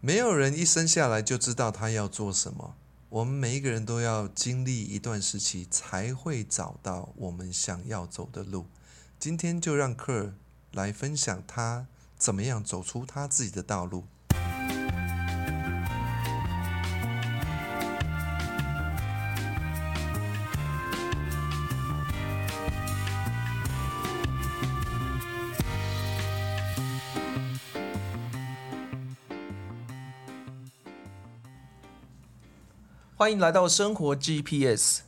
没有人一生下来就知道他要做什么，我们每一个人都要经历一段时期，才会找到我们想要走的路。今天就让科尔来分享他怎么样走出他自己的道路。欢迎来到生活 GPS，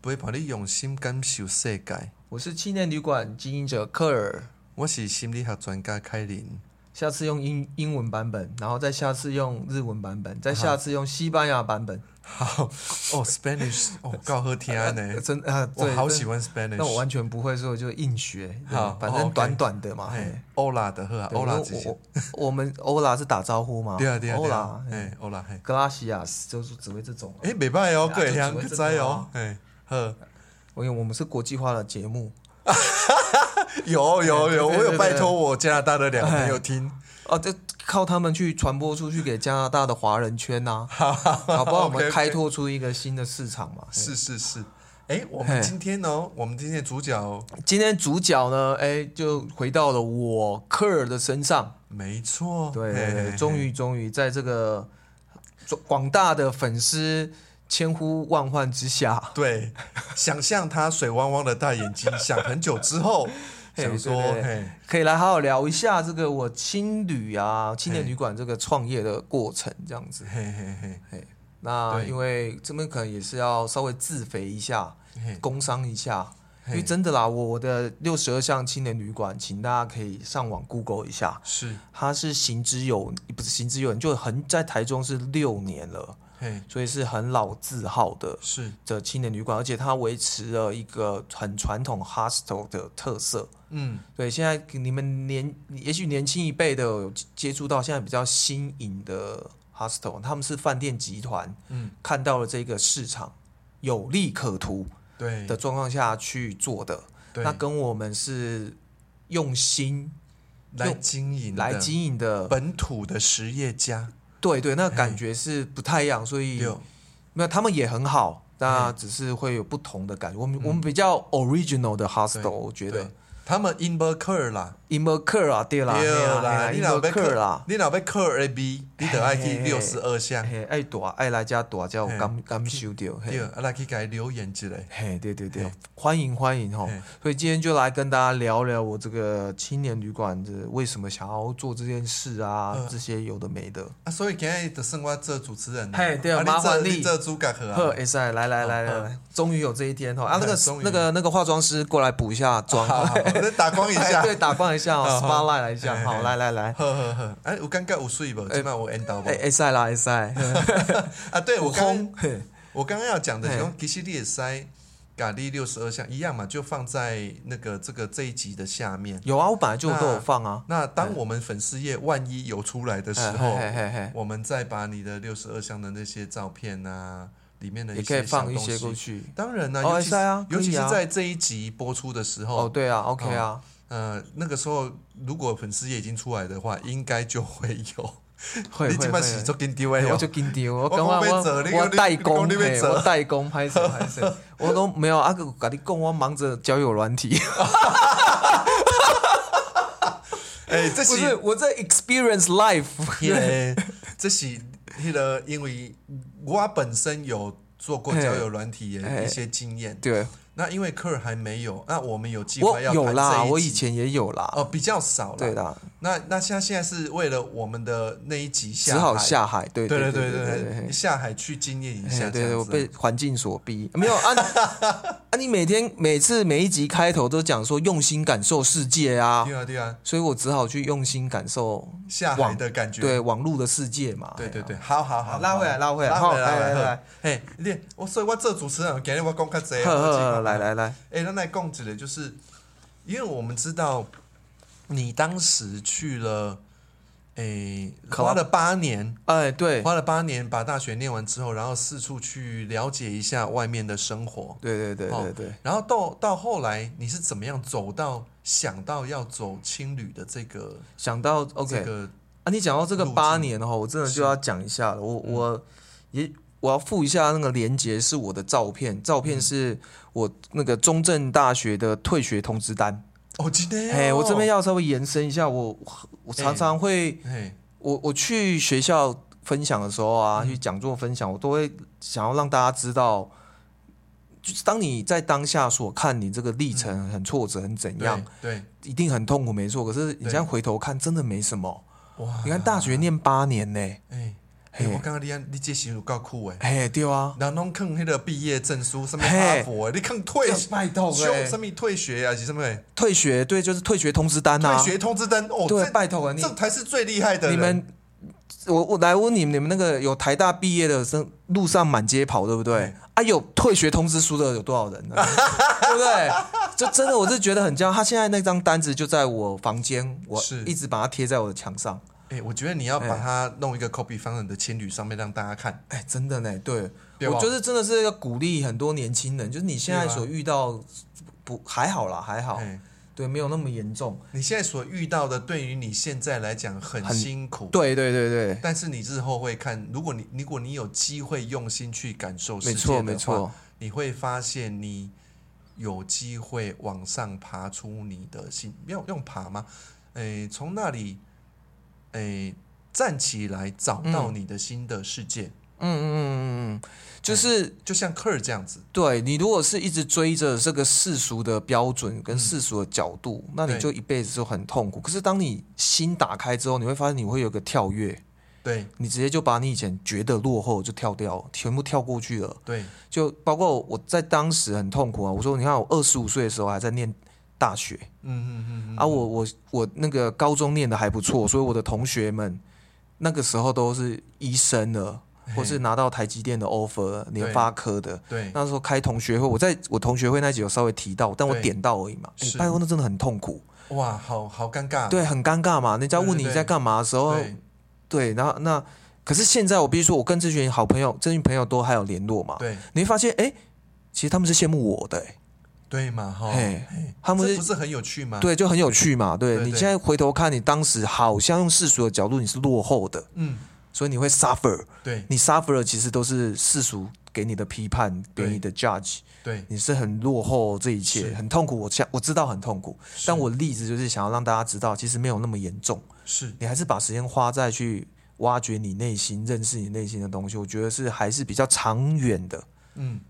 不会把你用心感受世界，我是青年旅馆经营者克尔。我是心理学专家凯琳。下次用英英文版本，然后再下次用日文版本，再下次用西班牙版本。好，哦，Spanish，哦，够好听呢呃，真啊，我 对，好但喜。欢 Spanish。那我完全不会说，就硬学。对好反哦正，OK 短短的嘛。啊嘿哎，欧拉的呵，对欧拉我之前，我我 我们欧拉是打招呼嘛？对啊对啊欧对拉啊，，哎，欧拉嘿，格拉西亚斯就是只会这种。哎，袂歹哦，啊过会就晓只会去这知个哦啊，哎，呵，我因为我们是国际化的节目有有有，我哎对对对有对拜对哎托我加拿大的两个朋友听，啊，这靠他们去传播出去给加拿大的华人圈 呐，好不好？我 OK，OK 们开拓出一个新的市场嘛。嘿是是是，哎，我们嘿今天哦，我们今天的主角，今天主角呢，哎，就回到了我科尔的身上。没错，对嘿对嘿对，嘿终于终于在这个广大的粉丝千呼万唤之下， 对，想象他水汪汪的大眼睛，想很久之后， 嘿想说，对对嘿，可以来好好聊一下这个我青旅啊、青年旅馆这个创业的过程，这样子。嘿嘿嘿那对因为这边可能也是要稍微自肥一下，嘿，工商一下。因为嘿真的啦，我我的六十二项青年旅馆，请大家可以上网 Google 一下，是，它是行之有不是行之有年，就很在台中是六年了，嘿所以是很老字号的是，的青年旅馆，而且它维持了一个很传统 hostel 的特色。嗯，对，现在你们年，也许年轻一辈的有接触到现在比较新颖的 hostel，他们是饭店集团，嗯，看到了这个市场有利可图对的状况下去做的，对，那跟我们是用心来用经营来的经营的，本土的实业家，对对，那哎感觉是不太一样，所以六那他们也很好，哎那只是会有不同的感觉。我们、我们比较 original 的 hostel，我觉嗯对得，他们 Inverker 啦， i m e r c r 啊，对啦，嘿啊嘿啦，啊你老被 Invercur 啦，你老被 Cur A B，你得爱去嘿嘿六十二项，嘿，爱躲爱来家躲，叫我感感受掉，对，嘿，啊，来去给他留言之类，嘿，对对对嘿，欢迎欢迎吼嘿。所以今天就来跟大家聊聊我这个青年旅馆这为什么想要做这件事啊，嗯这些有的没的。啊，所以今日就算我做主持人啦，嘿对啊麻烦你你做你做主角好呵啊， ，S I，来来来来好来，终于有这一天吼啊！那 个终于那个那个化妆师过来补一下 妆，好好，好你打光一下，对，打光一下哦好好，spotlight 来一下，嘿好，嘿来来来，呵呵呵，哎，有感觉有水无？即摆有缘投无哎？，S I 啦，S I，啊，对我我刚轰，嘿我刚刚要讲的，嘿用吉西列塞咖喱六十二项一样嘛，就放在那个这个这一集的下面。有啊，我本来就都有放啊，那当我们粉丝页万一有出来的时候，嘿嘿嘿我们再把你的六十二项的那些照片啊，里面的嘿，一也可以些小放东一西，些过去。当然啦、哦尤其是、塞啊尤其可以是啊在这一集播出的时候，哦，对啊，OK 啊，呃，那个时候如果粉丝页已经出来的话，应该就会有。会你会今会摆是做跟丢嘿。的我哦，就紧张，我我感觉讲要做你我我你代你工，讲你要嘿做我代工拍摄拍摄，我都没有啊！个跟你讲，我忙着交友软体，哎、这不是是我在 experience life，迄个，这是迄个，因为我本身有做过交友软体的一些经验。对，那因为科尔还没有，那我们有计我划要有谈啦，这一我集以前也有啦，哦比较少对了。啦，那那现在现在是为了我们的那一集下只海，好下海，对对对对对对对对，对下海去经验一嘿下哎对这对，我样被子。环境所逼， 没有啊你啊！你每天每次每一集开头都讲说用心感受世界啊对，啊对啊，所以我只好去用心感受下海网的感觉。对网络的世界嘛。对对对，嘿啊，好好好，好拉回来好拉回来拉好哎回来，来拉回来来。嘿，你我所以我做主持人，今日我讲较济。哎呵我呵这呵，款来来来，哎、那来共指的就是，因为我们知道你当时去了，哎、 Club 花了八年，哎，对花了八年把大学念完之后，然后四处去了解一下外面的生活，对对对哦对对，然后到到后来你是怎么样走到想到要走青旅的这个想到这 OK，个哎、啊，你讲到这个路径八年哦，我真的是嗯就要讲一下了。我我也我要附一下那个连接，是我的照片，照嗯片是我那个中正大学的退学通知单。哦，今天、哦，哎、我这边，要稍微延伸一下，我我常常会，哎，我我去学校分享的时候啊，去讲座分享，我都会想要让大家知道，就是当你在当下所看你这个历程很挫折，很怎样对，对，一定很痛苦，没错。可是你现在回头看，真的没什么。哇，你看大学念八年呢、哎，嘿哎，我刚刚你看你这行有够酷哎，嘿，对啊，人拢看迄个毕业证书，什么嘿哈佛，你看退拜托休，欸什么退学啊，是什么退学对，就是退学通知单呐、退啊。学通知单哦，对，这拜托啊，你这才是最厉害的人。你们，我我来问你们，你们那个有台大毕业的生，路上满街跑，对不对嗯？啊，有退学通知书的有多少人呢？ 对不对？就真的，我是觉得很骄傲。他现在那张单子就在我房间，我是一直把它贴在我的墙上。哎，我觉得你要把它弄一个 copy 放在你的情侣上面让大家看，哎，真的呢，对对吧我就是真的是要鼓励很多年轻人，就是你现在对啊所遇到不还好啦，还好，哎，对，没有那么严重。你现在所遇到的，对于你现在来讲很很辛苦，对对对对，但是你日后会看，如果你如果你有机会用心去感受世没界错的没话，错，你会发现你有机会往上爬出你的心，要用爬吗？诶，从那里，诶，站起来，找到你的新的世界，嗯嗯嗯嗯嗯，就是就像科尔这样子，对你如果是一直追着这个世俗的标准跟世俗的角度，那你嗯对就一辈子就很痛苦。可是当你心打开之后，你会发现你会有个跳跃，对你直接就把你以前觉得落后就跳掉，全部跳过去了。对，就包括我在当时很痛苦啊，我说你看我二十五岁的时候还在念大学嗯嗯嗯嗯，啊，我我我那个高中念的还不错，所以我的同学们那个时候都是医生了，或是拿到台积电的 offer 联发科的。对那时候开同学会，我在我同学会那集有稍微提到，但我对点到而已嘛。哎是拜托，那真的很痛苦，哇，好好尴尬，对，哦很尴尬嘛。人家问对你对在干嘛的时候，对对，然后那可是现在我必须说，我跟这群好朋友、这群朋友都还有联络嘛。对你会发现，哎，其实他们是羡慕我的，对嘛哈，哎，嘿他他们不是是很有趣吗？，对，就很有趣嘛。对对你对现在回头看，你当时好像用世俗的角度，你是落后的，嗯，所以你会 suffer。对你 suffer 的其实都是世俗给你的批判，给对你的 judge。对，你是很落后这一切，是很痛苦。我想我知道很痛苦，但我例子就是想要让大家知道，其实没有那么严重。是你还是把时间花在去挖掘你内心、认识你内心的东西，我觉得是还是比较长远的、嗯，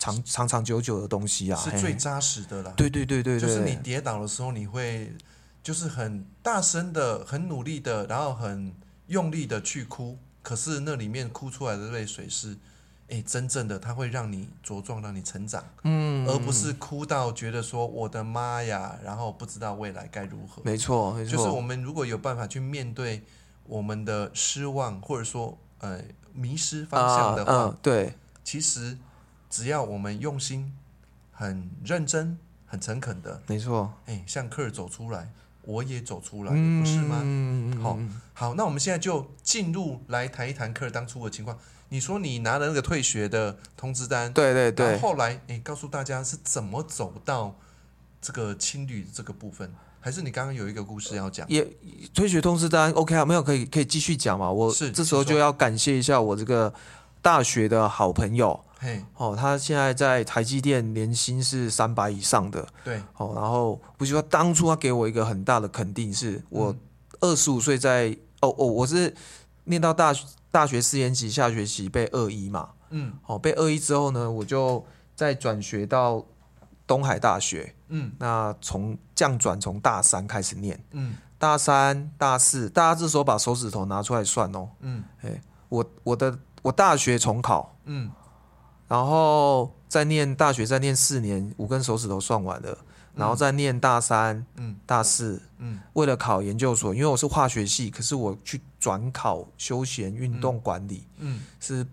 长长长久久的东西啊。是嘿最扎实的啦，对对对对就对，是你跌倒的时候，你会就是很大声的、很努力的，然后很用力的去哭，可是那里面哭出来的泪水是，哎，真正的它会让你茁壮，让你成长，嗯，而不是哭到觉得说我的妈呀，然后不知道未来该如何。没错没错，就是我们如果有办法去面对我们的失望，或者说呃迷失方向的话，啊嗯对其实只要我们用心、很认真、很诚恳的。没错，哎，像克尔走出来，我也走出来，嗯不是吗？嗯嗯嗯好、好，那我们现在就进入来谈一谈克尔当初的情况。你说你拿了那个退学的通知单，对对然对后，后来哎，告诉大家是怎么走到这个青旅这个部分，还是你刚刚有一个故事要讲？也退学通知单 OK 啊，没有可以可以继续讲嘛。我是这时候请说就要感谢一下我这个大学的好朋友。嘿，哦，他现在在台积电年薪是三百以上的对，哦，然后不是说当初他给我一个很大的肯定，是我二十五岁在哦哦，我是念到大学大学四年级下学期被二一嘛，嗯哦被二一之后呢，我就再转学到东海大学，嗯那从降转从大三开始念，嗯大三大四，大家这时候把手指头拿出来算哦，嗯我我的我大学重考。嗯，然后再念大学，再念四年，五根手指头算完了，然后再念大三、嗯、大四，嗯，为了考研究所，因为我是化学系，可是我去转考休闲运动管理，嗯，是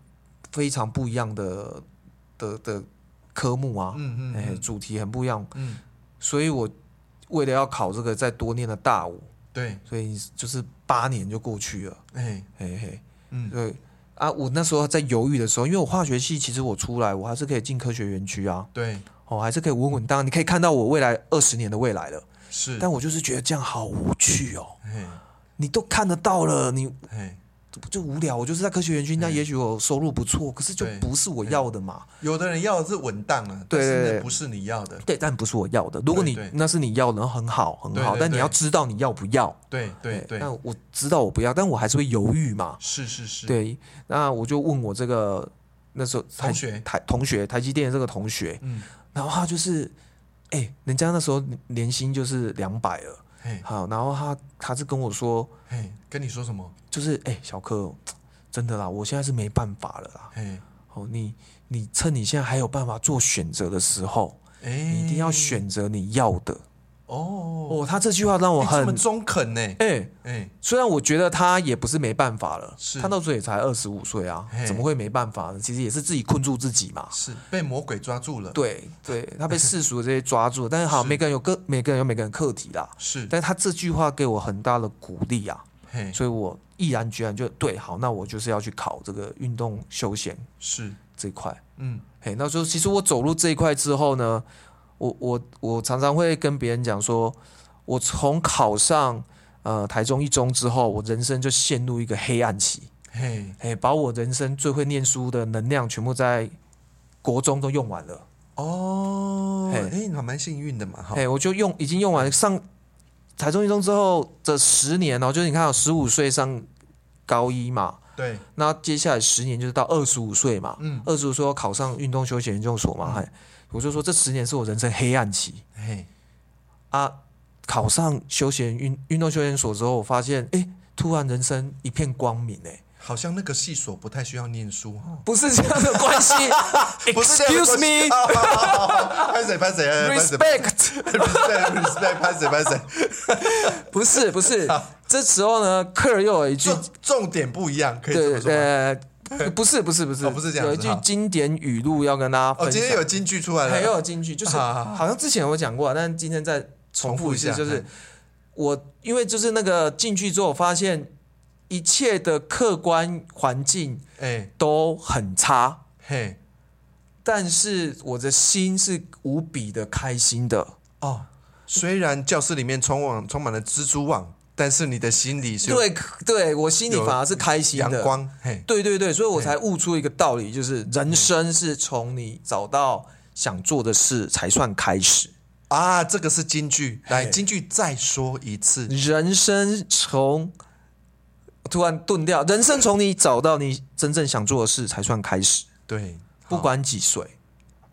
非常不一样的的的科目啊，嗯嗯哎，嗯主题很不一样，嗯，所以我为了要考这个，再多念了大五，对，所以就是八年就过去了，哎，嘿嘿，嗯对啊，我那时候在犹豫的时候，因为我化学系其实我出来，我还是可以进科学园区啊，对，哦，还是可以稳稳当，你可以嗯看到我未来二十年的未来了。是，但我就是觉得这样好无趣哦，嘿，你都看得到了，你嘿，就无聊。我就是在科学园区，那也许我收入不错，可是就对不是我要的嘛。有的人要的是稳当啊，对但是对那不是你要的，对，但不是我要的。如果对你对那是你要的，很好很好，对对但你对要知道你要不要。对对对，那我知道我不要，但我还是会犹豫嘛。是是是，对，那我就问我这个那时候台同学，台同学台积电的这个同学，嗯，然后他就是，哎、人家那时候年薪就是两百了，嘿好，然后他他是跟我说，嘿，跟你说什么？就是哎、小柯，真的啦，我现在是没办法了啦。嘿，哦，你你趁你现在还有办法做选择的时候，哎，你一定要选择你要的。哦，哦，他这句话让我你这么很中肯呢，哎、哎，虽然我觉得他也不是没办法了，是他那时候也才二十五岁啊嘿，怎么会没办法呢？其实也是自己困住自己嘛。是被魔鬼抓住了，对对，他被世俗的这些抓住，但是好，是每个人有各每个人有每个人课题啦。是，但他这句话给我很大的鼓励啊，嘿，所以我毅然决然就对，好，那我就是要去考这个运动休闲是，这一块。嗯，嘿，那时候其实我走入这一块之后呢，我我我常常会跟别人讲说，我从考上呃台中一中之后，我人生就陷入一个黑暗期，嘿，嘿，把我人生最会念书的能量全部在国中都用完了，哦，嘿哎，还蛮幸运的嘛，哈，嘿，我就用已经用完了上台中一中之后这十年哦，就是你看我十五岁上高一嘛，对，那接下来十年就是到二十五岁嘛，嗯，二十五岁要考上运动休闲研究所嘛，嘿，我就说这十年是我人生黑暗期。嘿，啊，考上休闲运运动休闲所之后，我发现，哎，突然人生一片光明哎、好像那个系所不太需要念书哈。不是这样的关系不是这样的关 ，Excuse 系 me，respect，好好好好 拍谁拍谁哎拍谁 respect respect 拍谁拍谁，不是不是，这时候呢，克尔又有一句，重重点不一样，可以这对么说吗。呃，不是不是不是，哦不是这样子有一句哈经典语录要跟大家哦，分享，今天有呃金句出来还了，有进去，就是好好好好像之前有讲过，但今天再重复一次，重复就一下是我因为就是那个进去之后，我发现一切的客观环境哎都很差。嘿但是我的心是无比的开心的，哦，虽然教室里面充网充满了蜘蛛网，但是你的心里是有对对，我心里反而是开心阳的。光，嘿对对对，所以我才悟出一个道理，就是人生是从你找到想做的事才算开始，啊，这个是金句，来嘿金句再说一次，人生从突然顿掉，人生从你找到你真正想做的事才算开始，对，不好管几岁。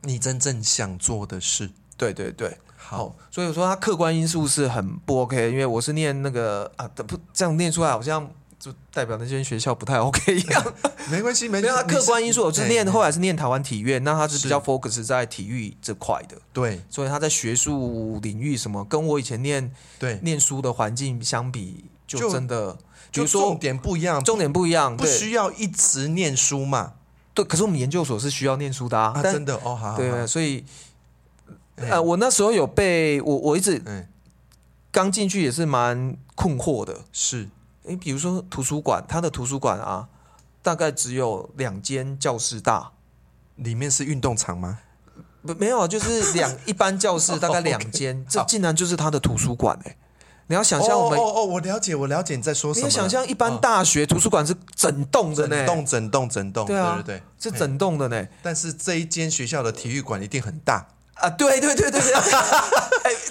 你真正想做的事，对对对，哦好，所以我说它客观因素是很不 OK，因为我是念那个啊，不这样念出来好像就代表那间学校不太 OK 一 样。没关系，没没有，它关系，客观因素，我是念嘿后来是念台湾体院，那它是是比较 focus 在体育这块的，对所以它在学术领域什么，跟我以前念对，念书的环境相比，就就真的，比就如重说点不一样，重点不一样，不需对要一直念书嘛，对，可是我们研究所是需要念书的啊啊，，哎但真的哦，好好，好对，，所以嘿呃，我那时候有被我我一直嗯，刚进去也是蛮困惑的。是诶，比如说图书馆，它的图书馆啊，大概只有两间教室大，里面是运动场吗？不没有啊，就是 两一般教室大概两间，这竟然就是它的图书馆哎、你要想象我们，哦哦哦哦，我了解，我了解你在说什你么要了。想象一般大学图书馆是整栋的呢整，栋整栋整栋，对啊对对是整栋的呢对。但是这一间学校的体育馆一定很大，啊，对对对 对对，哎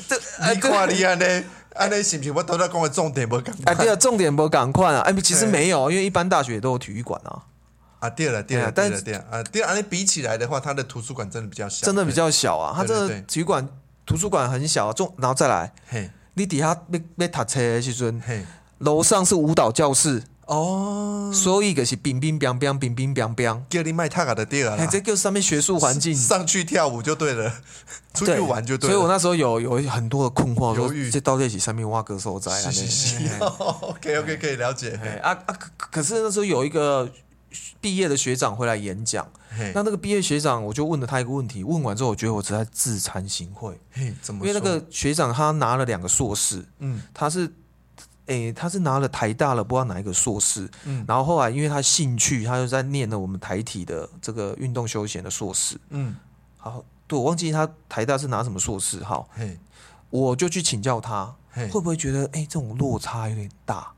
对哎你对。看你安尼，安尼是不是我头先讲的重点无共？哎，对啊，重点不赶快啊！哎，其实对没有，因为一般大学也都有体育馆啊，啊，对了对哎了呀对但了是对了啊，对了，安尼比起来的话，他的图书馆真的比较小，真的比较小啊。它对对这个对体育馆、图书馆很小啊，重然后再来，嘿你底下要要读册的时阵，嘿楼上是舞蹈教室，哦，所以就是冰冰冰冰冰冰冰冰，叫你卖塔卡的对了啦哎，，这叫上面学术环境。上去跳舞就对了，出去玩就对所以我了。那时候有有很多的困惑，说犹豫这到底是上面挖歌手在是啊？是 是，OK OK 哦可以了解。哎啊啊！可可是那时候有一个毕业的学长回来演讲，嘿那那个毕业学长我就问了他一个问题，问完之后我觉得我实在自惭形秽，嘿，怎因么为说？那个学长他拿了两个硕士，嗯他是，诶、他是拿了台大了，不知道哪一个硕士，嗯然后后来因为他兴趣，他就在念了我们台体的这个运动休闲的硕士。嗯好，对我忘记他台大是拿什么硕士，好，嘿我就去请教他，嘿哎会不会觉得诶、这种落差有点大？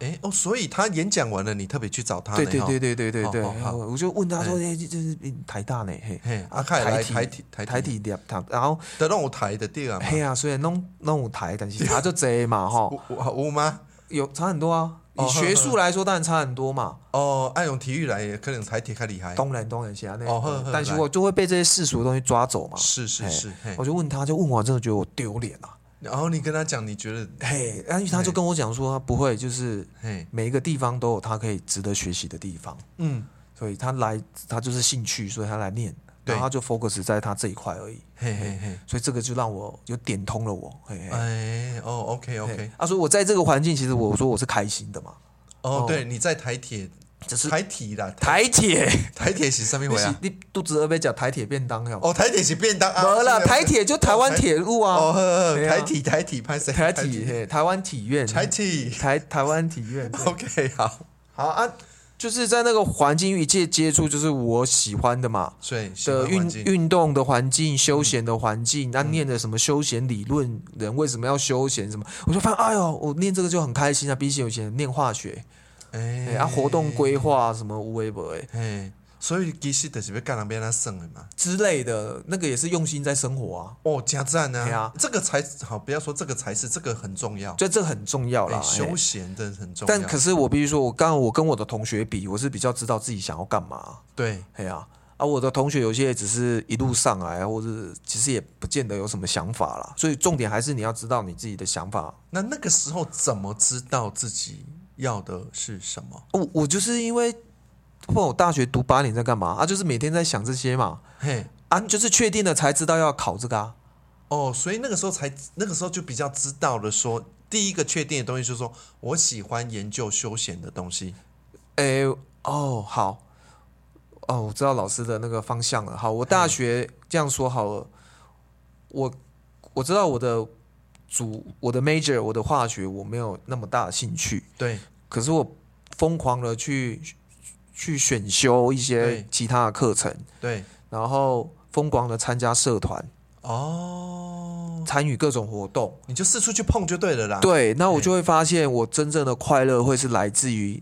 哎哦，所以他演讲完了，你特别去找他呢，哦对对哈对对对对好对，好好我就问他说：“嗯哎，这这是嗯台大呢？嘿，嘿，啊啊，看来体台体台台体立他，然后得让我台的对啊嘛，嘿啊，虽然弄弄有台，但是他就 这嘛吼，我我我吗？有差很多啊。哦以呵呵学术来说，当然差很多嘛。哦，爱用体育来，可能台体较厉害，当然当然是啊，那哎哦呵呵但是来我就会被这些世俗的东西抓走嘛。是是嘿是，嘿我，就问他，就问我，真的觉得我丢脸啊。然后你跟他讲，你觉得，嘿，然后他就嘿跟我讲说，不会，就是嘿，每一个地方都有他可以值得学习的地方。嗯，所以他来，他就是兴趣，所以他来念，对然后他就 focus 在他这一块而已。嘿嘿嘿，所以这个就让我有点通了我。嘿嘿哎，哦，OK 嘿 OK，啊，所以我在这个环境，其实我说我是开心的嘛，哦哦，对，你在台铁，只是台体啦，台台铁，台铁是上面你回是啊，你肚子饿被讲台铁便当了，哦，台铁是便当啊，没了，是台铁就台湾铁路啊，哦，呵呵对啊台体台体拍谁？台体，嘿台湾体院，台体台台湾体院，对，OK，好，好啊，就是在那个环境一切接触，就是我喜欢的嘛。所以喜欢的环运境嗯运动的环境、休闲的环境，那、念的什么休闲理论，人为什么要休闲什么？我就发现，哎呦，我念这个就很开心啊！比起有些人念化学，哎、哎啊，活动规划什么无微不哎嘿，所以其实就是要干人边他算的嘛。之类的，那个也是用心在生活啊，哦，加赞对啊啊！这个才好，不要说这个才是，这个很重要。就这很重要啦。哎，休哎闲真的很重要。但可是我必须说，我刚刚我跟我的同学比，我是比较知道自己想要干嘛。对，哎呀、啊，我的同学有些也只是一路上来，或者其实也不见得有什么想法啦。所以重点还是你要知道你自己的想法那那个时候怎么知道自己要的是什么？我我就是因为不然我大学读八年在干嘛啊？就是每天在想这些嘛嘿，啊，就是确定了才知道要考这个啊。哦，所以那个时候才，那个时候就比较知道了说。第一个确定的东西就是说，我喜欢研究休闲的东西。哎哦好哦，我知道老师的那个方向了。好，我大学这样说好了，我我知道我的主我的 major 我的化学我没有那么大的兴趣，对，可是我疯狂的去去选修一些对其他的课程，对，然后疯狂的参加社团，哦，参与各种活动。你就四处去碰就对了啦。，对，那我就哎会发现，我真正的快乐会是来自于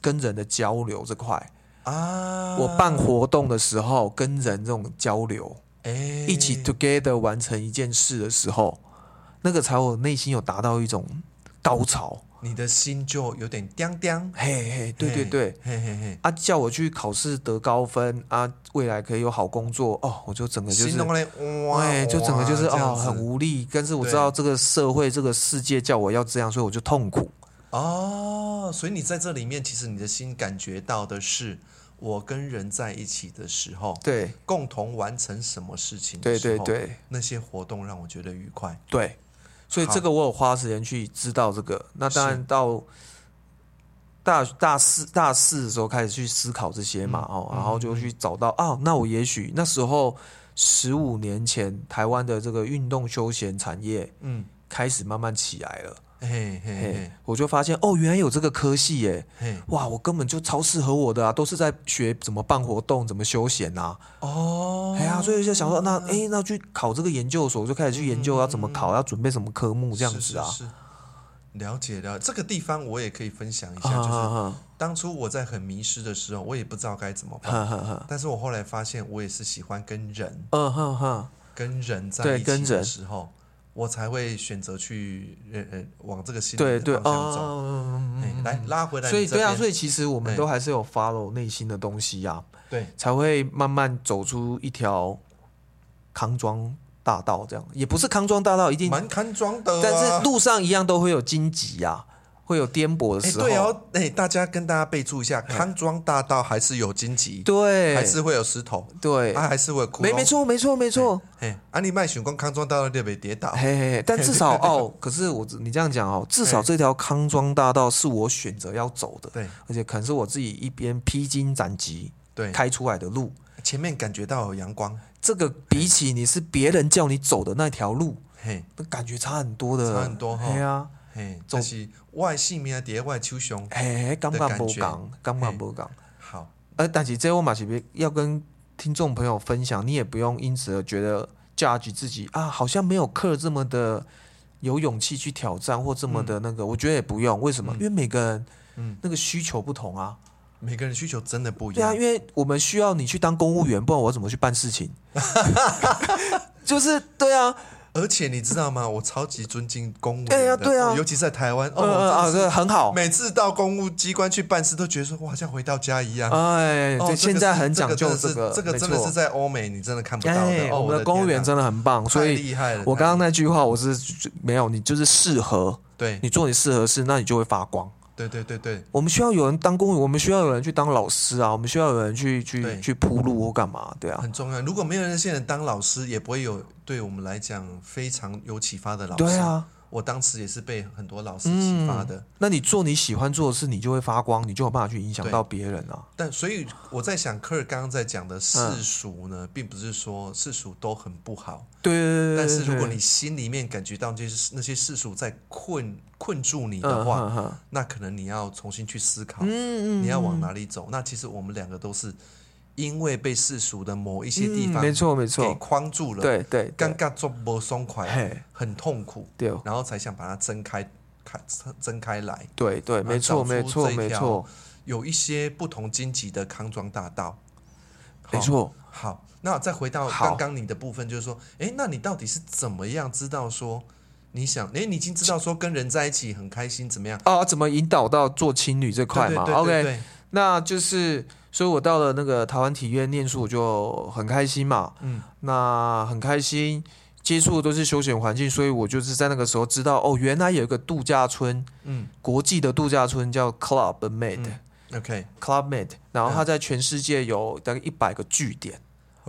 跟人的交流这块。啊，我办活动的时候，跟人这种交流，哎，一起 together 完成一件事的时候，那个才我内心有达到一种高潮。你的心就有点叮叮。嘿嘿，对嘿对对，嘿嘿嘿，啊，叫我去考试得高分啊，未来可以有好工作哦，我就整个就心是中。嘞，哇，哎，就整个就是哇这样哦，子很无力。但是我知道这个社会、这个世界叫我要这样，所以我就痛苦。哦，所以你在这里面，其实你的心感觉到的是，我跟人在一起的时候，对，共同完成什么事情的对时对候，对。那些活动让我觉得愉快。对，所以好这个我有花时间去知道这个。那当然到大大四大四的时候开始去思考这些嗯嘛，哦，然后就去找到啊，那我也许那时候十五年前台湾的这个运动休闲产业嗯，开始慢慢起来了，嘿嘿嘿嘿，我就发现哦，原来有这个科系耶。嘿，哇，我根本就超适合我的啊，都是在学怎么办活动、怎么休闲呐、哦，嗯哎呀，所以就想说，那哎，那去考这个研究所，我就开始去研究要怎么考，要准备什么科目这样子啊。是是是了解了解，这个地方我也可以分享一下，啊就是啊当初我在很迷失的时候，我也不知道该怎么办，哈哈哈，但是我后来发现，我也是喜欢跟人嗯哼哼，跟人在对一起跟的人时候，我才会选择去呃呃往这个心对理对的啊，方向走。嗯哎、来拉回来所你以这对边，啊，所以其实我们哎都还是有 follow 内心的东西呀、啊，对才会慢慢走出一条康庄大道，这样也不是康庄大道一定，蛮看装的、啊，但是路上一样都会有荆棘呀、会有颠簸的哎、时候，对哦，哎、大家跟大家备注一下，康庄大道还是有荆棘，对，还是会有石头，对，啊，还是会有窟窿，没没，错没错没错，哎、啊，你卖选光康庄大道就别跌倒，嘿嘿嘿，但至少哦，可是我你这样讲哦，至少哎这条康庄大道是我选择要走的，对而且可能是我自己一边披荆斩棘对，开出来的路。前面感觉到有阳光，这个比起你是别人叫你走的那条路，嘿，那感觉差很多的，差很多哈嘿啊，嘿，走就是外性命叠外秋雄，嘿，刚的刚感不觉讲，刚嘿刚不讲。好，呃，但是这我马是别要跟听众朋友分享，你也不用因此而觉得 judge 自己啊，好像没有课这嗯么的有勇气去挑战或这么的那个，我觉得也不用。为什么？因为每个人嗯，那个需求不同啊。每个人需求真的不一对啊，样因。为我们需要你去当公务员，不然我怎么去办事情？ 就是对啊，而且你知道吗？我超级尊敬公务员的，对啊对啊哦尤其在台湾，呃呃哦，啊，真的是这很好。每次到公务机关去办事，都觉得说哇，好像回到家一样。哎，哦对，现在很讲究这个，个真的是，这个真没的错是在欧美你真的看不到哎的。，哦，我我们的公务员天真的很棒，哪所太厉厉害了。我刚刚太厉那句话，我是没有你，就是适合对你做你适合的事，那你就会发光。对对对对，我们需要有人当公务员，我们需要有人去当老师啊，我们需要有人去去对去铺路或干嘛，对啊，很重要。如果没有那些人当老师，也不会有对我们来讲非常有启发的老师。对，啊。嗯我当时也是被很多老师启发的。那你做你喜欢做的事，你就会发光，你就有办法去影响对到别人啊。但所以我在想，科尔刚刚在讲嗯的世俗呢，并不是说世俗都很不好，对对对对对。但是如果对你心里面感觉到就是那些世俗在困困住你的嗯话，嗯嗯那可能你要重新去思考，嗯嗯，你要往哪里走。那其实我们两个都是因为被世俗的某一些地嗯方没错没给错，框住了，对对，对尴尬做不松快，嘿，很痛苦，对然后才想把它睁开。开睁开来，对对，然后没啊错找出没错这一没条错有一些不同荆棘的康庄大道。没好错，好，那再回到好刚刚你的部分，就是说，诶，那你到底是怎么样知道说你想，诶，你已经知道说跟人在一起很开心，怎么样？啊，怎么引导到做青旅这块对嘛对对对？OK，对那就是，所以我到了那个台湾体院念书，我就很开心嘛。嗯，那很开心，接触的都是休闲环境，所以我就是在那个时候知道，哦，原来有一个度假村，嗯国际的度假村叫 Club Med、 ，OK Club Med，然后它嗯在全世界有大概一百个据点。哦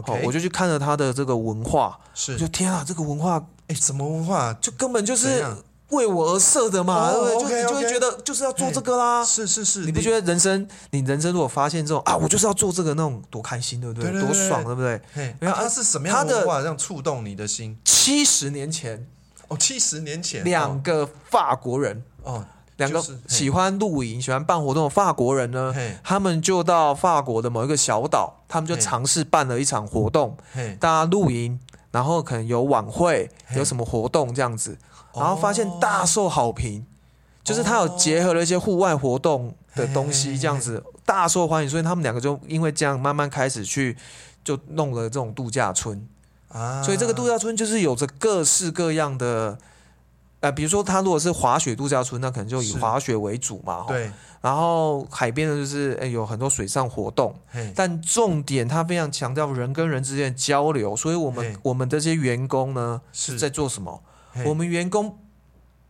OK，，我就去看了它的这个文化，我是就天啊，这个文化哎，什么文化？就根本就怎是样为我而设的嘛，哦对不对？就 OK，OK 你嗯就会觉得就是要做这个啦。是是是，你不觉得人生，你人生如果发现这种啊，我就是要做这个那种多开心，对不对？对对对多爽，对不对？嘿，没有它啊是什么样它的的文化让触动你的心？七十年前，哦，七十年前，两哦个法国人，哦，两个就是嘿喜欢露营、喜欢办活动的法国人呢哦嘿，他们就到法国的某一个小岛，他们就嘿尝试办了一场活动，嘿，大家露营，然后可能有晚会，嘿有什么活动这样子，然后发现哦大受好评，就是他有结合了一些户外活动的东西，这样子哦大受欢迎，所以他们两个就因为这样慢慢开始去就弄了这种度假村，啊，所以这个度假村就是有着各式各样的。呃，比如说，它如果是滑雪度假村，那可能就以是滑雪为主嘛。。对，然后海边的就是，哎，有很多水上活动，嘿，但重点它非常强调人跟人之间的交流。所以，我们嘿我们这些员工呢，是在做什么？嘿我们员工，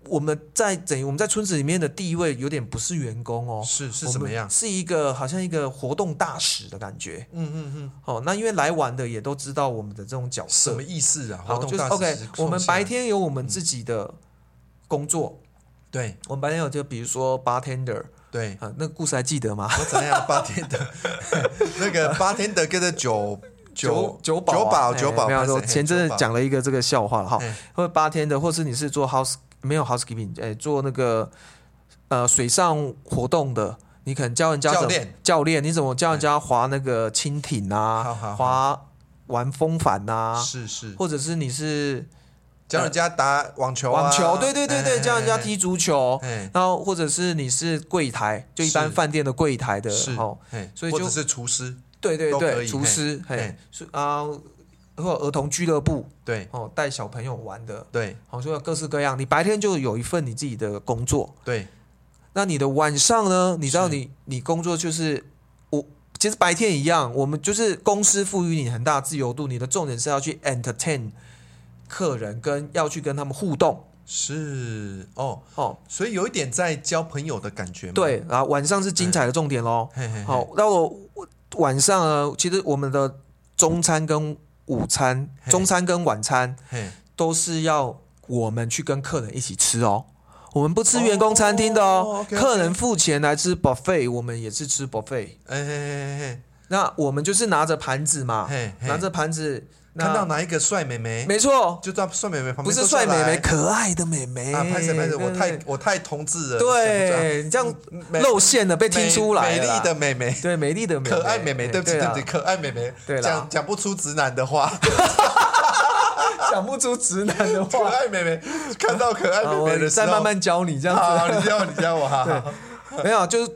我们在等于我们在村子里面的地位有点不是员工哦，是是我怎么们样？是一个好像一个活动大使的感觉嗯嗯嗯，哦。那因为来玩的也都知道我们的这种角什色么，意思啊？活好，动就是大使 OK 是。我们空白闲天有我们嗯自己的工作，对我们白天有就比如说 bartender 对，啊，那个故事还记得吗？我怎样？八天的 那个八天的跟着酒九保九保啊九哎保，没有，拍谁我嘿前阵九子保讲了一个这个笑话了哈哎，或者八天的，或是你是做 house 没有 housekeeping，哎，做那个呃水上活动的，你可能教人家教怎么练教练，你怎么教人家划那个蜻蜓好啊，好好划玩风帆呐，是是，或者是你是教人家打网球啊，网球，对对对对，哎教人家，踢足球，哎，然后或者是你是柜台，就一般是饭店的柜台的嘿是哎哦，，嘿所以或就者是厨师，对对都可对，以厨嘿师，嘿嘿，是啊，或者儿童俱乐部。对哦，带小朋友玩的，对好，所以各式各样。你白天就有一份你自己的工作，对，那你的晚上呢？你知道是你你工作就是我，其实白天一样，我们就是公司赋予你很大自由度，你的重点是要去 entertain 客人，跟要去跟他们互动是哦，哦。所以有一点在交朋友的感觉嘛，对，然后晚上是精彩的重点喽。嘿，嘿嘿，好，到了我晚上呢，其实我们的中餐跟午餐、嘿中餐跟晚餐嘿，都是要我们去跟客人一起吃哦。我们不吃员工餐厅的哦哦， ，OK，OK 客人付钱来吃 buffet，我们也是吃 buffet。哎嘿那我们就是拿着盘子嘛嘿，嘿嘿，拿着盘子，那看到哪一个帅妹妹，没错，就在帅妹妹旁边，不是帅美眉，。可爱的美眉。啊，拍谁拍谁，我对太我太同志了，对你这样露馅了，被被踢出来嗯美了丽啦的妹妹，对美丽的美眉可爱妹妹，对不起对啊不起，可爱妹妹对，啦讲讲不出直男的 话，讲不出直男的 可话。爱妹妹看到可爱啊妹妹我的时候，再慢慢教你这样子。好，你教我，你教我，好好， 没有啊，就是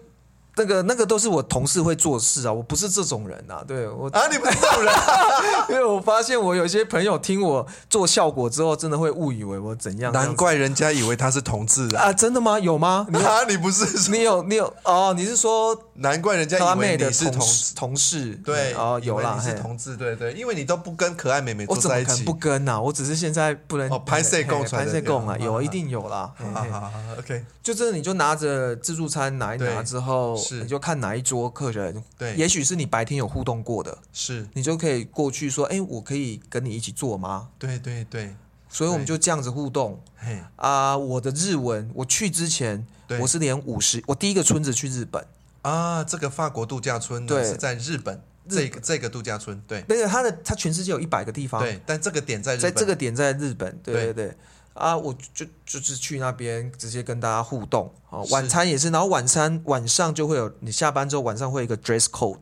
那个那个都是我同事会做事啊，我不是这种人啊。对 我，啊，你不是这 种人，因为我发现我有些朋友听我做效果之后，真的会误以为我怎样。难怪人家以为他是同志啊！啊，真的吗？有吗？你啊， 你不是，你有你有哦？你是说难怪人家他以妹为的你是同同事志，同事？对，嗯哦，以有为啦，你是嘿同志，对对，因为你都不跟可爱妹妹我坐怎么在一可能起不。跟呐、我只是现在不能哦拍摄供嘿传拍的摄供啊，对有啊啊一定有啦。嘿好嘿好好，OK，就真的你就拿着自助餐拿一拿对之后，是你就看哪一桌客人，对，也许是你白天有互动过的，是，你就可以过去说，哎、我可以跟你一起做吗？对对对，所以我们对就这样子互动嘿，啊、我的日文，我去之前对我是连五十，我第一个村子去日本，啊，这个法国度假村呢对是在日本，这个这个度假村，对那个它的它全世界有一百个地方，对，但这个点在日在本，这个点在日本，对对对对。啊，我就就是去那边直接跟大家互动啊，是晚餐也是，然后晚餐晚上就会有，你下班之后晚上会有一个 dress code，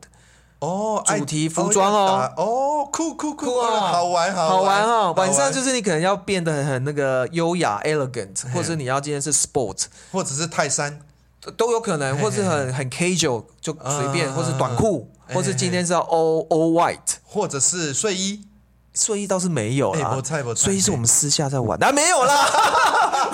哦，哎主题服装哦，要打哦，酷酷酷酷啊好玩好玩玩哦。晚上就是是你可能要变得很很那个优雅 elegant，或者你要今天是 sport 或者是泰山，都都有可能，嘿或是 很很 casual 就随便，啊或是短裤，嘿或是今天是要 all all white。或者是睡 衣，睡衣倒是没有哎，啦不，菜不菜，睡衣是我们私下在玩的，啊没 有啦，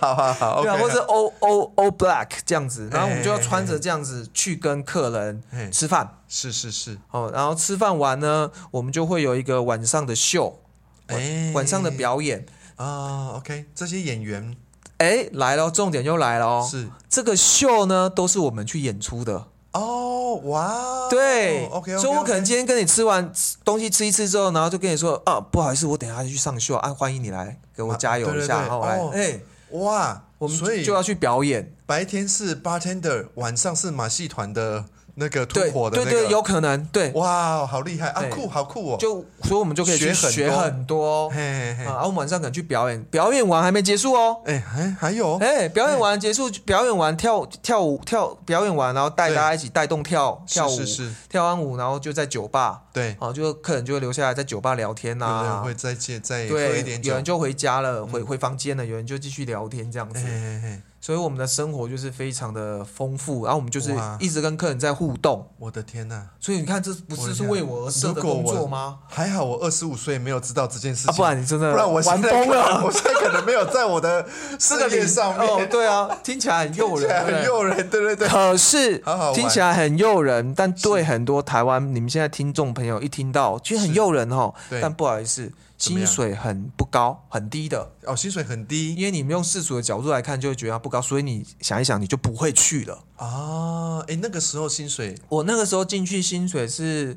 好好好对啊， ，OK，或是 all all all black 这样子，然后我们就要嘿嘿嘿穿着这样子去跟客人嘿吃饭。是是是，哦，然后吃饭完呢，我们就会有一个晚上的秀，哎，晚上的表演。啊，OK，这些演员哎，来了，重点又来了哦。是这个秀呢，都是我们去演出的。哦，哇，对、 ，OK，所以我可能今天跟你吃完吃东西吃一吃之后，然后就跟你说啊，不好意思，我等一下就去上秀啊，欢迎你来给我啊加油对对一下，对然后我来，哎、哦哇，我们所以就要去表演，白天是 bartender，晚上是马戏团的那个吐对火的那对个，对，有可能对，哇，好厉害啊，对酷，好酷哦，就所以我们就可以去学很多学很多，嘿嘿嘿啊，啊我们晚上可能去表演，表演完还没结束哦。哎，还还有哎、表演完结束，表演完跳跳舞跳，表演完然后带对大家一起带动跳跳是舞，是是，跳完舞然后就在酒吧，对，哦、就客人就会留下来在酒吧聊天呐、有啊，人会再借再喝对，一点酒有人，就回家嗯了，回回房间了，有人就继续聊天这样子嘿。嘿嘿，所以我们的生活就是非常的丰富，然后我们就是哇一直跟客人在互动。我的天呐，所以你看，这不我的是是天啊为我而设的如果工我作吗？还好我二十五岁没有知道这件事啊，情，不然你真的不然我玩现在崩可了。我现在可能没有在我的事这个业脸上哦，面，对啊，听起来很诱 起人，来对很不对诱人，对对对，可是好好玩听起来很诱人，但对很多台湾你们现在听众朋友一听到，其实很诱人哦。对但不好意思，怎么薪样水很不高，很低的。哦，薪水很低因为你们用世俗的角度来看，就会觉得它不高，所以你想一想，你就不会去了。啊，哎，那个时候薪水我那个时候进去薪水是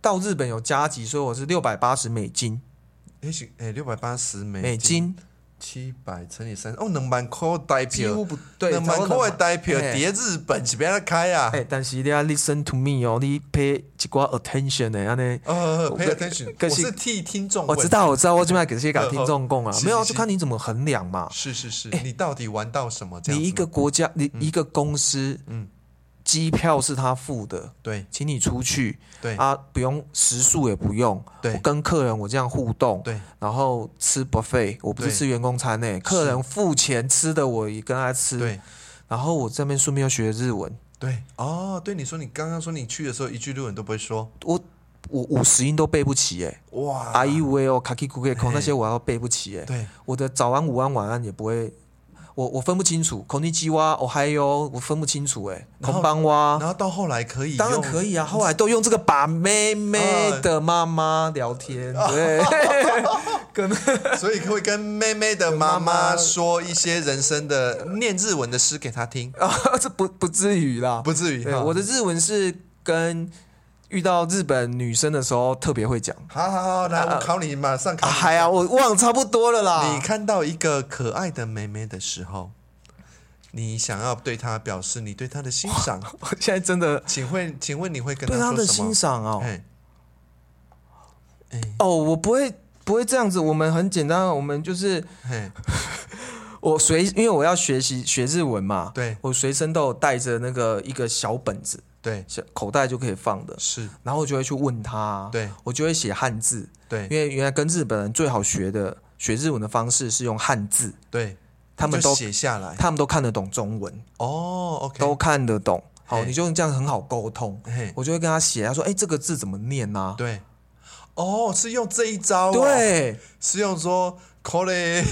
到日本有加急，所以我是六百八十美金，也许哎六百八十美美金，金七百乘以三，哦，两万块台几票乎，不对，两差万不多块台票，嘿叠日本是边开啊哎、？但是你要 listen to me 哦，你 pay 几挂 attention 的安尼。呃我，pay 跟 attention，跟我是是替听众我问，知道，我知道，我今麦给些给听众供啊是，是没有啊是就看你怎么衡量嘛。是是是，你到底玩到什么？这样你子一个吗国家，你嗯一个公司，嗯，机票是他付的，对请你出去，对啊，不用食宿也不用，对我跟客人我这样互动，对然后吃 buffet，我不是对吃员工餐诶、客人付钱吃的我也跟他吃，对然后我这边顺便又学日文，对哦，对，你说你刚刚说你去的时候一句日文都不会说，我我五十音都背不起诶、哇，啊，I V O kaki kuki 嘿 kon 那些我要背不起诶、对我的早安、午安、晚安也不会，我我分不清楚，kon ni ji wa o hi yo，我分不清楚诶、然空后こんばんは然后到后来可以，当然可，以啊，后来都用这个把妹妹啊的妈妈聊 天，对， 跟所以会跟妹妹的妈妈妈妈说一些人生 的念日文的诗给她听， 啊，这不不至于啦。不至于对，哈。我的日文是跟遇到日本女生的时候特别 会讲。好好好，来我考你，马上考你。哎呀，我忘了差不多了啦。啊你看到一个可爱的妹妹的时候，你想要对她表示你对她的欣赏， 我 现在真的请问，请问你会跟对她她的说什欣么？赏哦，哎，哦，我不会不会这样子，我们很简单，我们就是嘿，我随，因为我要学习学日文嘛，对我随身都有带着那个一个小本子，对，小口袋就可以放的。是，然后我就会去问他，对我就会写汉字，因对，为原来跟日本人最好学的学日文的方式是用汉字，对，他们都就写下来。他们都看得懂中文，哦，OK，都看得懂。好，嘿你就这样很好沟通。嘿，我就会跟他写，他说：“哎、这个字怎么念啊呢、对，哦，是用这一招、哦，， 对，是用说 c o l e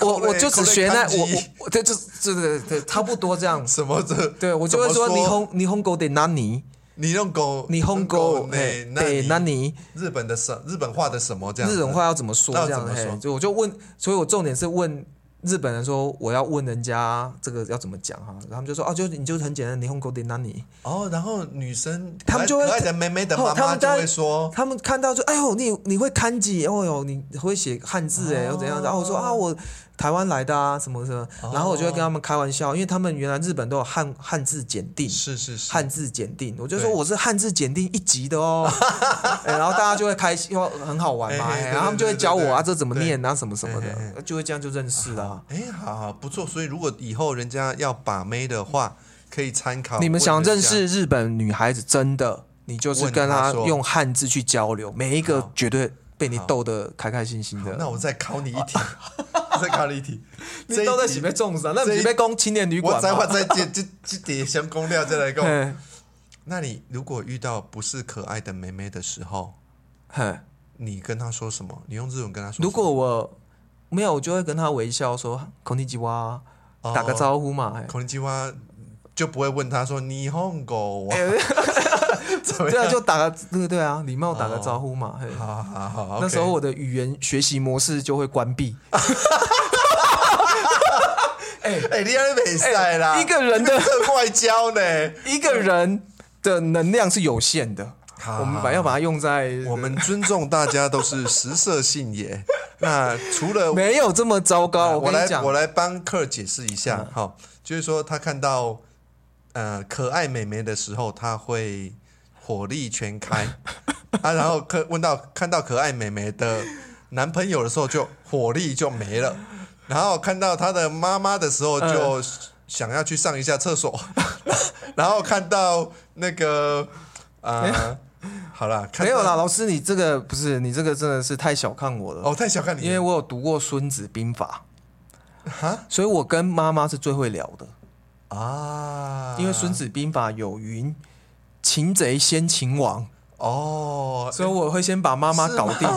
我 Correct，我就只学那 correct 汉我我字。我对，就是对对对，差不多这 样什么的，对，我就会怎么说说霓虹霓虹狗得哪里，你用狗，霓虹狗哎哎，那得你哪里，日本的什日本话的什么这样子？日本话要怎么说那这样怎么说嘿，就我就问，所以我重点是问日本人说我要问人家这个要怎么讲哈，然后他们就说哦，就你就很简单，霓虹狗得哪里，哦，然后女生他们就会可爱的妹妹的妈哦他妈们就当然会说，他们看到就哎呦你你会看几，哦呦你会写汉字哎，哦又怎样的，然后我说啊我台湾来的啊什么什么，然后我就会跟他们开玩笑，因为他们原来日本都有汉汉字检定。是是是，汉字检定，我就说对我是汉字检定一级的哦、 哎然后大家就会开心，哦很好玩嘛， 哎哎哎对然后他们就会对对教我对啊，这怎么对念啊，什么什么的哎哎，就会这样就认识了啊。哎，好好不错。所以如果以后人家要把妹的话，可以参考。你们想认识？日本女孩子，真的，你就是问跟她她说用汉字去交流，每一个好绝对被你好逗得开开心心的。哦那我再考你一题， 再考你一题。这 你一都在题洗被重啊伤，那这一你被攻青年旅我馆再吗换？再接这这点相公料再来讲。嘿，那你如果遇到不是可爱的妹妹的时候，嘿，你跟她说什么？你用日文跟她说什么？如果我没有，我就会跟她微笑说“孔尼基哇”，啊打个哦招呼嘛。嘿孔令基蛙就不会问他说你哄狗啊，哎怎么对啊，样？就打个对对啊，礼貌打个招呼嘛。嘿哦好好 好，那 OK 时候我的语言学习模式就会关 闭。哎，你那没赛啦，哎一个人 的 这外交呢？一个人的能量是有限的，好我们把要把它用在我们尊重大家都是食色性也。那除了没有这么糟啊糕。我跟你来讲嗯我，来帮克解释一下，好，就是说他看到呃可爱美眉的时候，他会火力全 开啊，然后可问到看到可爱美眉的男朋友的时候，就火力就没了，然后看到她的妈妈的时候，嗯就想要去上一下厕所， 然后看到那个呃，好啦，看没有到啦，老师，你这个不是你这个真的是太小看我了，哦，太小看你了，因为我有读过《孙子兵法哈》，所以我跟妈妈是最会聊的，啊，因为《孙子兵法》有云。擒贼先擒王，哦，所以我会先把妈妈搞定。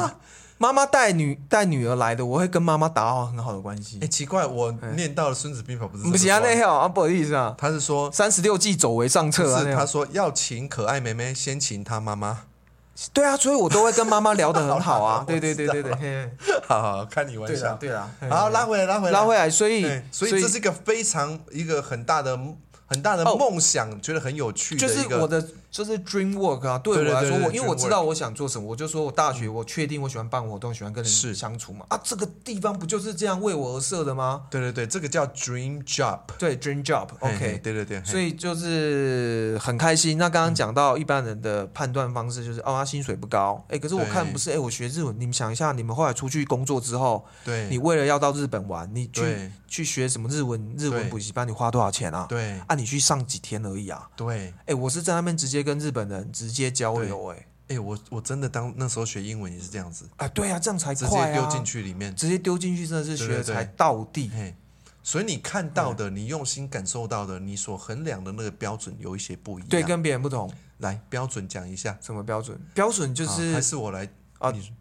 妈妈带女带女儿来的，我会跟妈妈打好很好的关系哎、。奇怪，我念到了《孙子兵法》不是这不么行啊，那说，好啊，不好意思啊，他是说，三十六计走为上不策啊。那是样他说要请可爱妹妹，先请她妈妈。 对啊，所以我都会跟妈妈聊得很好啊。对对对对对，嘿好好，开你玩对啦笑。对啦，嘿好，拉回来，拉回来，拉回来，所以对所以这是一个非常一个很大的很大的哦梦想，觉得很有趣就的一是我个。的就是 dream work 啊，对我对对来对说，对我对因为我 dream 嗯知道我想做什么，我就说我大学我确定我喜欢办活动，喜欢跟是人相处嘛。啊，这个地方不就是这样为我而设的吗？对对对，这个叫 dream job。对，dream job。嘿嘿 OK，对对对，嘿所以就是很开心。那刚刚讲到一般人的判断方式就是，哦，他薪水不高，哎，可是我对看不是，哎，我学日文，你们想一下，你们后来出去工作之后，对你为了要到日本玩，你去对去学什么日文日文对补习班，你花多少钱啊？对啊，你去上几天而已啊！对，哎、我是在那边直接跟日本人直接交流、诶，哎，我我真的当那时候学英文也是这样子，哎，啊，对啊，这样才直快接啊！丢进，去里面。直接丢进去，真的对是学对对才到地。嘿，所以你看到的，你用心感受到的，你所衡量的那个标准有一些不一样。对，跟别人不同，来标准讲一下，什么标准？标准就啊还是是我来啊你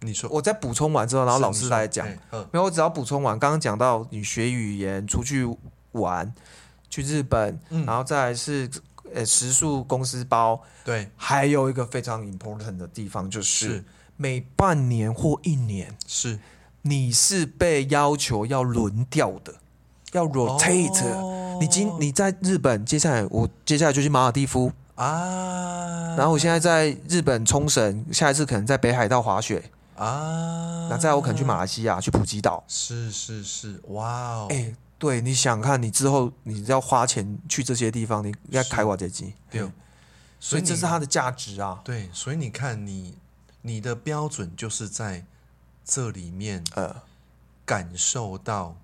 你说，我在补充完之后，然后是老你师说来讲。，哎嗯，没有，我只要补充完，刚刚讲到你学语言、出去玩、去日本，嗯然后再来是呃食宿公司包，对，还有一个非常 important 的地方就是是每半年或一年，是你是被要求要轮调的，要 rotate。哦你今你在日本，接下来我接下来就去马尔蒂夫，啊，然后我现在在日本冲绳，下一次可能在北海道滑雪，啊，那再来我可能去马来西亚去普吉岛。是是是，哇哦，哎、对，你想看你之后你要花钱去这些地方，你要开挖掘机，对，所以这你是它的价值啊。对，所以你看你你的标准就是在这里面呃，感受到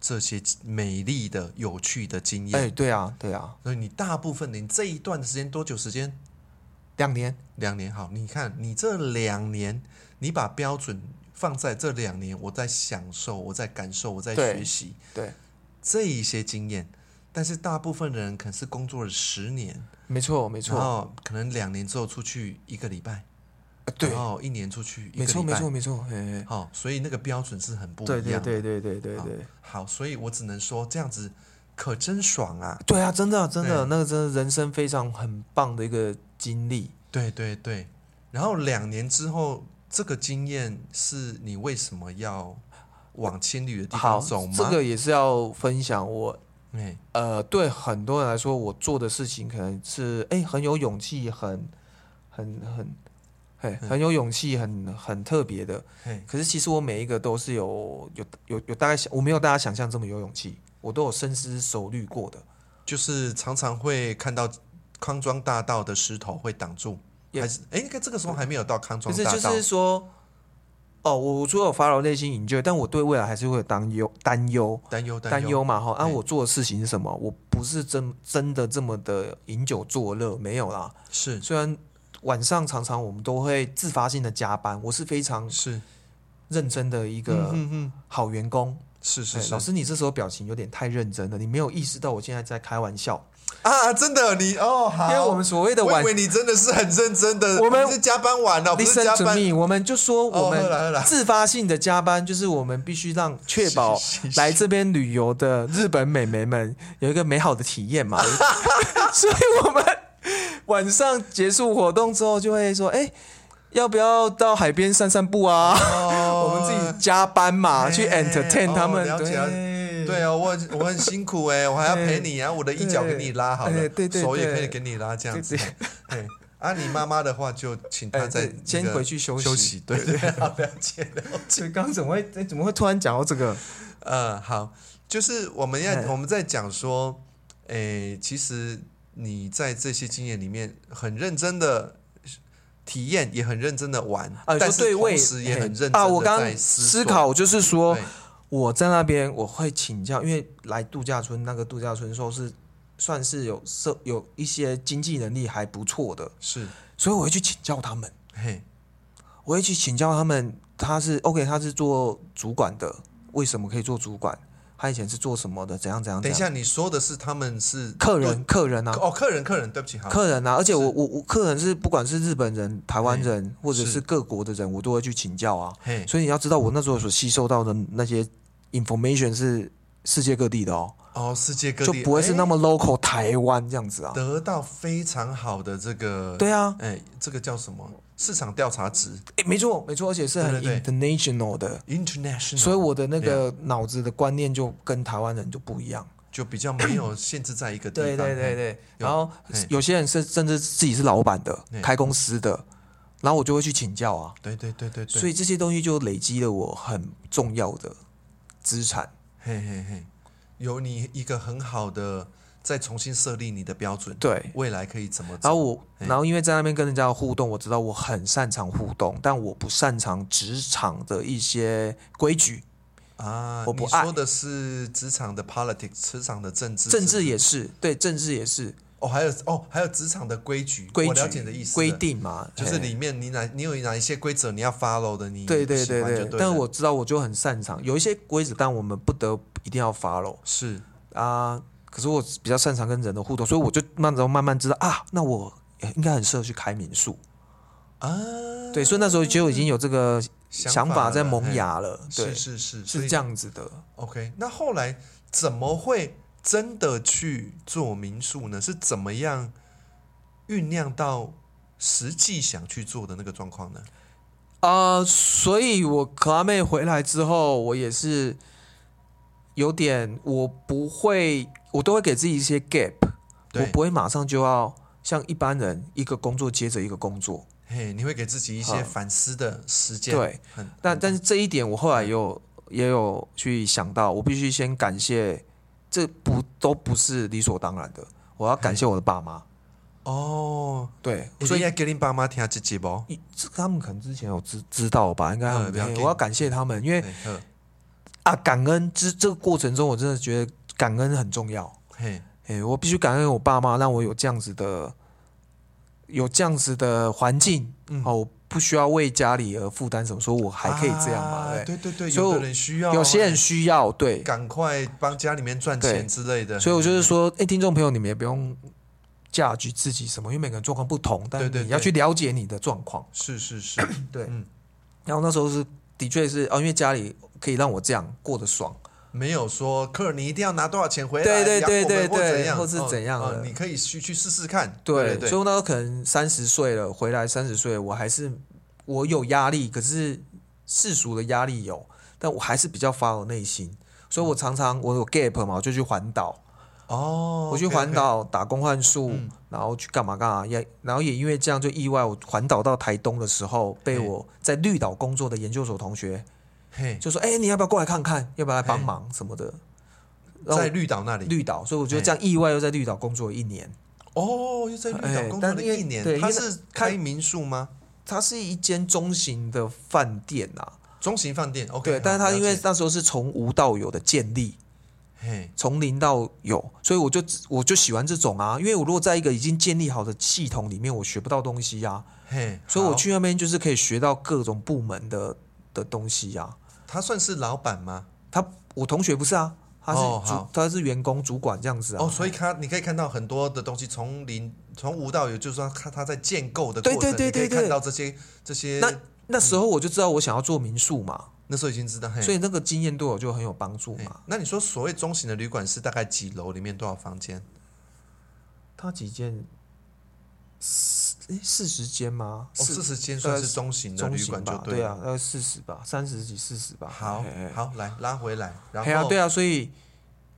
这些美丽的、有趣的经哎、验。对啊，对啊，所以你大部分的你这一段的时间多久时间？两年，两年好，你看你这两年，你把标准放在这两年我在享受、我在感受、我在对学习对，这一些经验。但是大部分人可能是工作了十年，没错没错然，后可能两年之后出去一个礼拜，呃对然，后一年出去一个没礼拜，错没错没错，哎，哎好、所以那个标准是很不一对样对的。对对对对好对，好，所以我只能说这样子可真爽啊！对啊，真的真的，对那个真的人生非常很棒的一个经历，对对对，然后两年之后，这个经验是你为什么要往青旅的地好方走，吗？这个也是要分享我。哎，呃，对很多人来说，我做的事情可能是哎很有勇气，很很很，嘿，很有勇气，很很特别的。嘿，可是其实我每一个都是有有有有大概想，我没有大家想象这么有勇气，我都有深思熟虑过的。就是常常会看到康庄大道的石头会挡住，也还是哎，应该这个时候还没有到康可庄是大就道，是说，哦，我我除了有发了内心引咎，但我对未来还是会有担忧担忧。担忧担担忧，忧嘛哈，啊，对我做的事情是什么？我不是真真的这么的饮酒作乐，没有啦。是虽然晚上常常我们都会自发性的加班，我是非常是认真的一嗯个嗯嗯，好员工。是是哎是老师，你这时候表情有点太认真了，你没有意识到我现在在开玩笑，啊，真的你哦，好，因为我们所谓的我晚以为你真的是很认真的，我们不是加班晚哦了，不是加 listen to 班， me，我们就说我哦喝了喝们了自发性的加班，就是我们必 须让确保是是是来这边旅游的日本美眉们有一个美好的体验 嘛，所以我们晚上结束活动之后就会说，哎。要不要到海边散散步啊？哦我们自己加班嘛，哎啊去 entertain 哦他们。了解了对对啊，我很我很辛苦 哎、我还要陪你，然后我的衣角给你拉好了，哎对对对手也对可以给你拉这样子对。对，啊，你妈妈的话就请哎她在、对先回去休息休息。对对，好了解了。所以刚刚怎么会哎怎么会突然讲到这个？呃，好，就是我们要哎我们在讲说，诶、其实你在这些经验里面很认真的。体验也很认真的玩，啊，但就是对同未时也很认真哎啊，的我刚在刚思思索考就是说对，我在那边我会请教，因为来度假村那个度假村说是算是有社有一些经济能力还不错的，是，所以我会去请教他们，嘿，我会去请教他们，他是 OK，他是做主管的，为什么可以做主管？他以前是做什么的？怎样怎样？等一怎样，下你说的是他们是客人客人啊，哦，客人客人，对不起，好，客人啊，而且我我我客人是不管是日本人、台湾人或者是是各国的人，我都会去请教啊。嘿，所以你要知道，我那时候所吸收到的那些 information 是世界各地的哦，哦，世界各就地哎不会是那么么 local 台湾这样子啊。得到非常好的这个，对啊，哎，这个叫什么？市场调查值诶没错没错，而且是很对对 international 的， （international），所以我的那啊个脑子的观念就跟台湾人就不一样。就比较没有限制在一个地方。对对对对，有然后嘿有些人是甚至自己是老板的，对开公司的，然后我就会去请教啊。对对对对对，所以这些东西就累积了我很重要的资产。嘿嘿嘿，有你一个很好的再重新设立你的标准，对，未来可以怎么走？然后我，嘿然后因为在那边跟人家的互动，我知道我很擅长互动，但我不擅长职场的一些规矩，啊，我不你爱说的是职场的 politics，职场的政治，政是不治是也是，对，政治也是哦，还有哦，还有职场的规矩，规我矩了解你的意思了，规定嘛，就是嘿里面你哪你有哪一些规则你要 follow 的，你对不对喜对欢就对，对但了我知道我就很擅长有一些规则，但我们不得一定要 follow 是啊。可是我比较擅长跟人的互动，所以我就慢慢慢慢知道啊，那我应该很适合去开民宿。啊，对，所以那时候就已经有这个想法在了萌，嘿芽了，对是，是是是这样。样子的。 OK，那后来怎么会真的去做民宿呢？是怎么样酝酿到实际想去做的那个状况呢？啊、所以我克拉妹回来之后，我也是有点，我不会，我都会给自己一些 gap，我对，不会马上就要像一般人一个工作接着一个工作。嘿，你会给自己一些好反思的时间，对，很，但但是这一点我后来也有也有去想到，我必须先感谢，这不都不是理所当然的，我要感谢我的爸妈。哦，对，所所以以要给你爸妈听这节目，一这他们可能之前有知知道吧，应该他嗯们不要嘿紧我要感谢他们，因为对，呵啊，感恩这这个过程中，我真的觉得感恩很重要。嘿，诶，我必须感恩我爸妈，让我有这样子的，有这样子的环境。嗯哦，我不需要为家里而负担什么，说我还可以这样嘛，啊对不对对对，所以有的我人需对要，啊有些人需要，对，赶快帮家里面赚对钱之类的，所以我就是说，哎、听众朋友，你们也不用价值自己什么，因为每个人状况不同，但对对你要对去了解你的状况。是是是，对，嗯然后那时候是的确是哦，因为家里可以让我这样过得爽，没有说客人你一定要拿多少钱回来，对对养对我们对或对怎样，或是哦怎样哦的你可以去去试试看，对对，对所以我那时候可能三十岁了，回来三十岁，我还是我有压力，可是世俗的压力有，但我还是比较发我内心，所以我常常我有 gap 嘛，我就去环岛。哦，嗯我去 OK，OK 环，岛打工换宿，然后去干嘛干嘛，也然后也因为这样就意外，我环岛到台东的时候，被嘿我在绿岛工作的研究所同学嘿，就说：“哎、你要不要过来看看？要不要来帮忙什么的？”然后在绿岛那里，绿岛，所以我觉得这样意外又在绿岛工作一年。哦，又在绿岛哎工作但了因为一年对，因他为是看开民宿吗？它是一间中型的饭店啊，中型饭店，OK，对，但是好它因为了解那时候是从无到有的建立，嘿，从零到有，所以我就我就喜欢这种啊，因为我如果在一个已经建立好的系统里面，我学不到东西呀、啊。嘿，所以我好，去那边就是可以学到各种部门的的东西呀、他算是老板吗？他我同学不是啊，他是主、哦好他是员工主管这样子啊。哦，所以他你可以看到很多的东西，从零从无到有，就是说他他在建构的过对程，对对对你可以看对到这些这些。那那时候我就知道我想要做民宿嘛，那时候已经知道，嘿所以那个经验对我就很有帮助嘿嘛。那你说所谓中型的旅馆是大概几楼，里面多少房间？哦他几间四诶四十间吗？哦，四十间大概算是中型的中旅型馆就吧，了。啊，大概四十吧，三十几四十吧。好嘿嘿好来拉回来，然嘿啊，后对啊，所以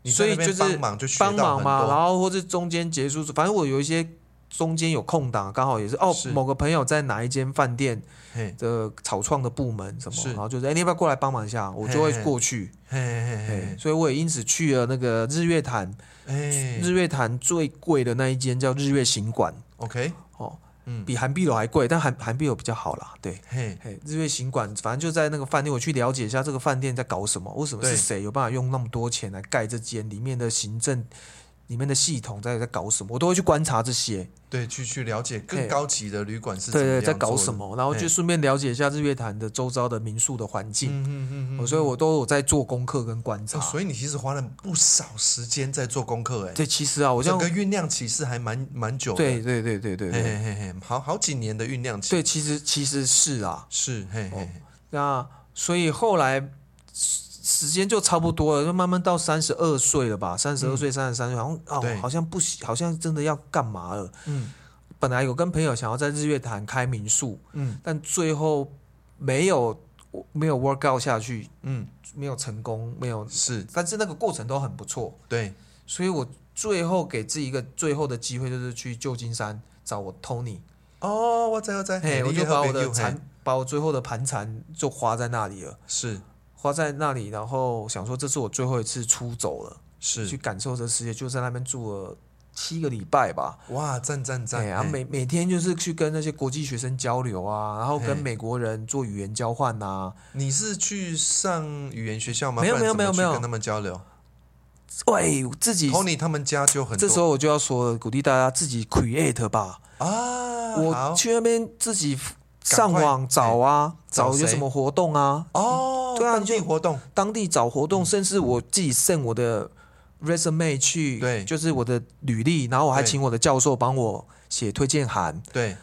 你所在以那边就是帮忙就学到帮很忙嘛，然多，后或是中间结束，反正我有一些中间有空档，刚好也是哦，是某个朋友在哪一间饭店嘿的草创的部门什么，是然后就是哎、你要不要过来帮忙一下，我就会嘿嘿过去，嘿嘿嘿嘿所以我也因此去了那个日月潭，嘿，日哎月潭最贵的那一间叫日月行馆，OK，哦，嗯比韩碧楼还贵，但韩韩碧楼比较好啦，对。嘿，嘿，日月行馆，反正就在那个饭店，我去了解一下这个饭店在搞什么，为什么对是谁有办法用那么多钱来盖这间，里面的行政、里面的系统在在搞什么，我都会去观察这些，对，去去了解更嘿高级的旅馆是对怎对，样在搞做的什？么，然后就嘿顺便了解一下日月潭的周遭的民宿的环境，嗯嗯嗯嗯，哦所以我都有在做功课跟观察。哦所以你其实花了不少时间在做功课，哎，对，其实啊，我这整样个，酝酿期是还蛮蛮久的，对对对对对嘿对嘿嘿嘿，好好几年的酝酿期，对，其实其实是啊，是，嘿嘿，嘿那所以后来时时间就差不多了，就慢慢到三十二岁了吧，三十二岁、三十三岁，好像嗯对哦，好像不喜，好像真的要干嘛了。嗯本来有跟朋友想要在日月潭开民宿，嗯但最后没有没有 work out 下去，嗯，没有成功，没有，是但是那个过程都很不错，对，所以我最后给自己一个最后的机会，就是去旧金山找我 Tony，哦，我在我在，你嘿，我就越把喝我越的久嘿残，把我最后的盘缠就花在那里了。是花在那里，然后想说这是我最后一次出走了，去是，感受这世界，就在那边住了七个礼拜吧。哇，赞赞赞，对，然后嘿啊每每天就是去跟那些国际学生交流啊，然后跟嘿美国人做语言交换啊呐、你是去上语言学校吗？没有不然没有怎么没有去没有跟他们交流。喂，自己 Tony 他们家就很这时多候我就要说了，鼓励大家自己 create 吧。啊，我好去那边自己快哎上网找啊，找找有谁什么活动啊，哦，对啊当你地就活动当地找活嗯动，甚至我自己 send 我的 resume 去，对就是我的履历，然后我还对请我的教授帮我写推荐函，对，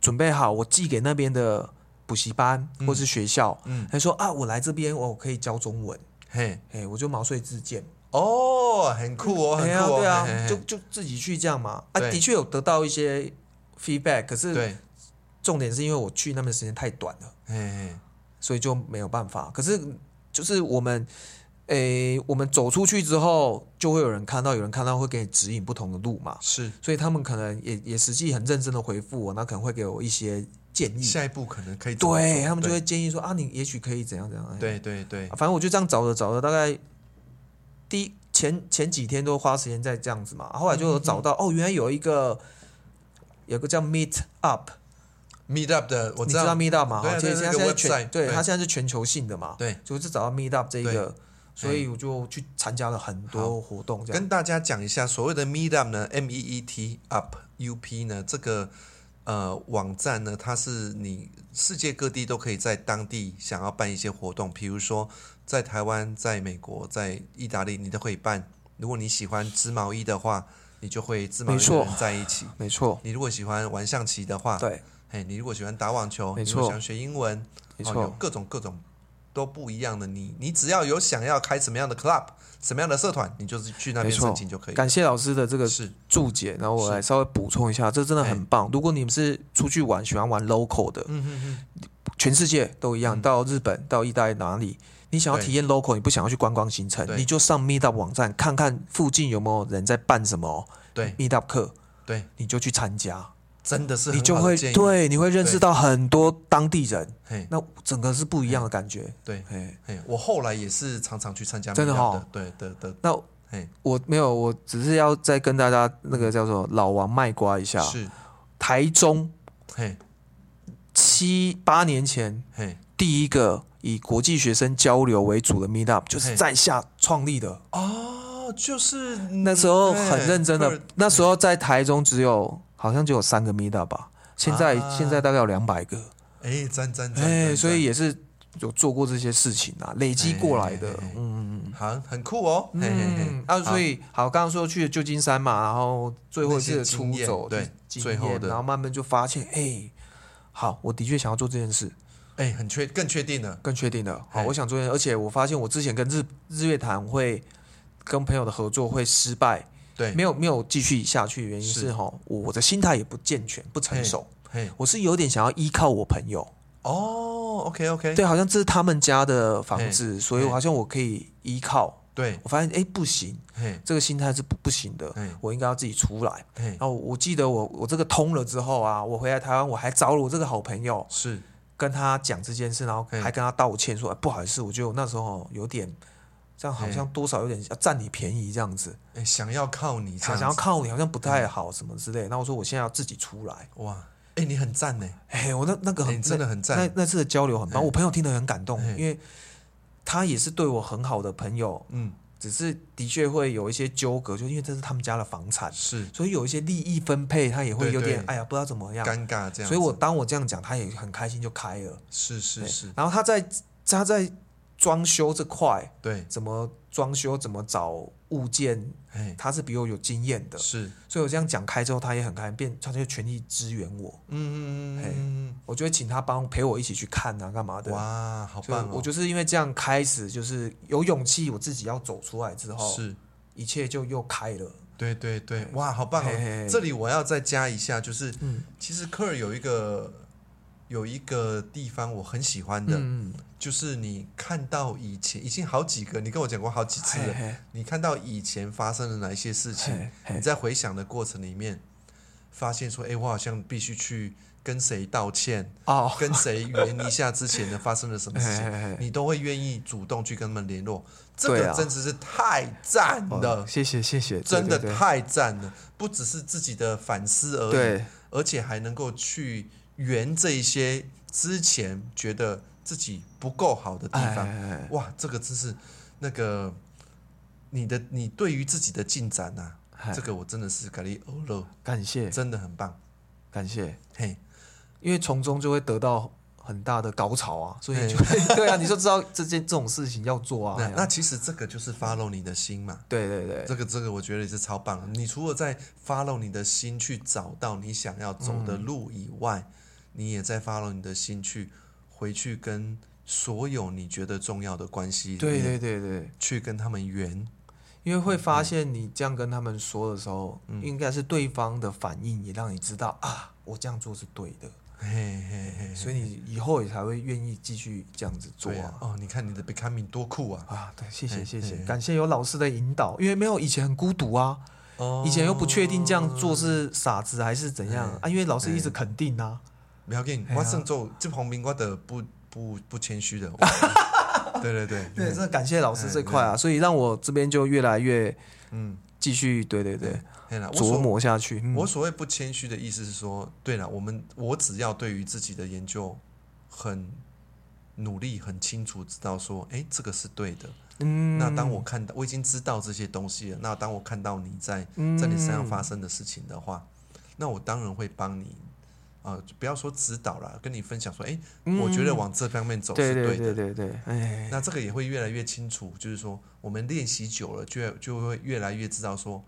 准备好，我寄给那边的补习班嗯或是学校，嗯，他说啊，我来这边我可以教中文，嘿，哎，我就毛遂自荐，哦，很酷哦，很哎酷呀，哦，对嘿啊，嘿就嘿就自己去这样嘛，啊，对的确有得到一些 feedback，可是对，重点是因为我去那边的时间太短了，嘿嘿，所以就没有办法。可是就是我们。诶，我们走出去之后，就会有人看到，有人看到会给你指引不同的路嘛，是所以他们可能也也实际很认真的回复我，那可能会给我一些建议。下一步可能可以怎么嗯对做他们就会建议说啊，你也许可以怎样怎样。哎对对对反正我就这样找着找着，大概第一前前几天都花时间在这样子嘛，后来就嗯有找到哦，原来有一个有个叫 Meet Up， ，Meet Up 的我你知知道道， Meet Up 吗？对啊好对啊现那在个现在 website，全对对它现在是全球性的嘛，对，就是找到 Meet Up 这一对个，所以我就去参加了很多活动，这样跟大家讲一下所谓的 Meet Up 呢，M E E T Up U P 呢，这个呃网站呢，它是你世界各地都可以在当地想要办一些活动，比如说在台湾、在美国、在意大利，你都可以办。如果你喜欢织毛衣的话，你就会织毛衣没的错人在一起；没错，你如果喜欢玩象棋的话，对，嘿，你如果喜欢打网球，没你如果错想学英文，没哦，有错，各种各种都不一样的你，你只要有想要开什么样的 club，什么样的社团，你就是去那边没错申请就可以了。感谢老师的这个是哎注解，然后我来稍微补充一下，这真的很棒。如果你们是出去玩，喜欢玩 local 嗯的，全世界都一样，到日本、到意大利哪里，你想要对体验 local，你不想要去观光行程，对你就上 Meetup 网站看看附近有没有人在办什么对 Meetup 课，对，你就去参加，真的是你很就好的会建议，对，你会认对识到很多当地人，嘿，那整个是不一样的感觉。对，哎，嘿，我后来也是常常去参加 meetup 的，真的哦对对对，那嘿，我没有，我只是要再跟大家那个叫做老王卖瓜一下，是，台中嘿，七八年前嘿，第一个以国际学生交流为主的 Meetup，就是嘿在下创立的。哦，就是那时候很认真对的，那时候在台中只有好像只有三个 Meetup 吧，现在、啊现在大概有两百个，哎，赞赞赞，哎，赞所以也是有做过这些事情啊，累积过来的哎哎哎哎。嗯嗯好，很酷哦，嘿嘿嘿嗯，，啊，所以好，刚刚说去了旧金山嘛，然后最后一次的出那些经验走，对就是经最后验的然后慢慢就发现，哎，好，我的确想要做这件事，哎，很确更确定了，更确定的。好，嘿我想做，而且我发现我之前跟日日月潭会跟朋友的合作会失败，对，没有没有继续下去，原因是是哈，我我的心态也不健全，不成熟，嘿，我是有点想要依靠我朋友，哦，OK OK，对，好像这是他们家的房子，所以我好像我可以依靠。对，我发现哎不行，嘿，这个心态是不不行的嘿，我应该要自己出来。嘿然，后哦我记得我我这个通了之后啊，我回来台湾我还找了我这个好朋友，是，跟他讲这件事，然后嗯还跟他道歉说：“哎，不好意思，我觉得我那时候哦有点，这样好嗯像多少有点要占你便宜这样子，哎，想要靠你这想样想要子，嗯靠你好像不太好什么之类。”那我说：“我现在要自己出来。哇，哎，你很赞呢，”哎，我那那个哎，很你真的很那赞那，那次的交流很棒，嗯我朋友听得很感动，嗯因为他也是对我很好的朋友，嗯，只是的确会有一些纠葛，就因为这是他们家的房产，是所以有一些利益分配，他也会有对点对哎呀不知道怎么样。尴尬这样子，所以我当我这样讲，他也很开心就开了。是是对是，然后他在他在装修这块，对，怎么装修，怎么找物件，嘿，他是比我有经验的，是，所以我这样讲开之后，他也很开心，变他就全力支援我，嗯嗯嘿嗯我就会请他帮陪我一起去看啊，干嘛嗯，的。哇，好所以棒哦，我就是因为这样开始，就是有勇气，我自己要走出来之后，是。一切就又开了。对对对，哇，好棒、哦！嘿嘿嘿嗯这里我要再加一下，就是，其实科尔有一个有一个地方我很喜欢的，嗯，就是你看到以前已经好几个，你跟我讲过好几次了，嘿你看到以前发生了哪一些事情，嘿你嘿，在回想的过程里面，发现说，哎，我好像必须去跟谁道歉，哦，跟谁圆一下之前的发生了什么事 嘿嘿情嘿，你都会愿意主动去跟他们联络，这对个啊真的是太赞了。哦谢谢谢谢，对真的对对太赞了，不只是自己的反思而已，对而且还能够去圆这一些之前觉得自己不够好的地哎方。哎哎哇，这个真是那个你的你对于自己的进展呐、哎这个我真的是感力欧了，感谢真的很棒。感谢。嘿，因为从中就会得到很大的高潮啊，所以嘿你就会 对啊，你就知道这件这种事情要做啊。那哎呀那其实这个就是 follow 你的心嘛。对对对，这个这个我觉得也是超棒的。你除了在 follow 你的心去找到你想要走的路以外，嗯你也在 follow 你的心去回去跟所有你觉得重要的关系，对对，对对，去跟他们圆，因为会发现你这样跟他们说的时候，嗯应该是对方的反应也让你知道啊，我这样做是对的，嘿嘿嘿，所以你以后也才会愿意继续这样子做对啊哎啊。，哦，你看你的 becoming 多酷啊！啊，对，谢嘿谢谢谢嘿，感谢有老师的引导，因为没有以前很孤独啊，哦，以前又不确定这样做是傻子还是怎哎样啊，因为老师一直肯定啊，不要紧，嘿啊我算做这旁边我的不不不谦虚 的，我对对对，对，真的感谢老师哎这块啊，所以让我这边就越来越嗯，继续，对对对，嘿嗯啦，我所琢磨下去。嗯我所谓不谦虚的意思是说，对了，我们我只要对于自己的研究很努力、很清楚，知道说，哎，这个是对的。嗯那当我看到，我已经知道这些东西了。那当我嗯看到你在在你身上发生的事情的话，那我当然会帮你呃，不要说指导啦，跟你分享说，哎，嗯我觉得往这方面走对是对对对的。对对，哎，那这个也会越来越清楚，就是说我们练习久了就，就会越来越知道说，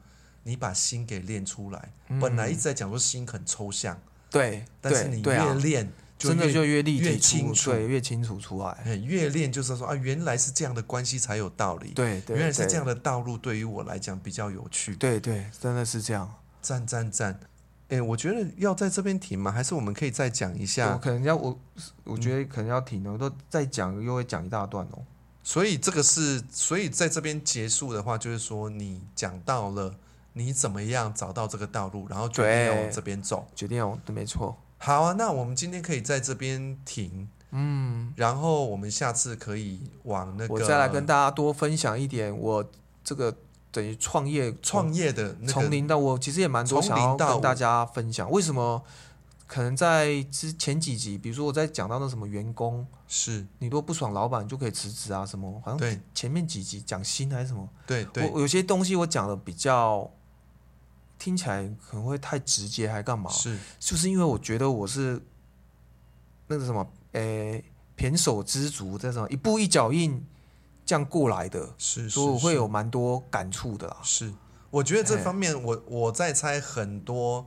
你把心给练出来。本来一直在讲说心很抽象，嗯对，但是对你对越啊，练，真的就越越立体出清楚对，越清楚出来，哎越练就是说啊，原来是这样的关系才有道理。对对，原来是对这样，的道路，对于我来讲比较有趣。对对，真的是这样。赞赞赞！哎，我觉得要在这边停吗？还是我们可以再讲一我下？嗯可能要我，我觉得可能要停了，我都再讲又会讲一大段哦。所以这个是，所以在这边结束的话，就是说你讲到了你怎么样找到这个道路，然后决定要对往这边走。决定哦，对没错，好啊，那我们今天可以在这边停，嗯，然后我们下次可以往那个我再来跟大家多分享一点我这个等于创业创业的那从个零到我其实也蛮多从想零要到跟大五家分享，为什么可能在之前几集，比如说我在讲到那什么员工，是你如果不爽老板，你就可以辞职啊，什么好像对前面几集讲薪还是什么，对我对我有些东西我讲的比较听起来可能会太直接，还干嘛？是就是因为我觉得我是那个什么，诶、胼手知足，这种一步一脚印这样过来的，是，所以是我会是有蛮多感触的啦。是，我觉得这哎方面我，我在猜，很多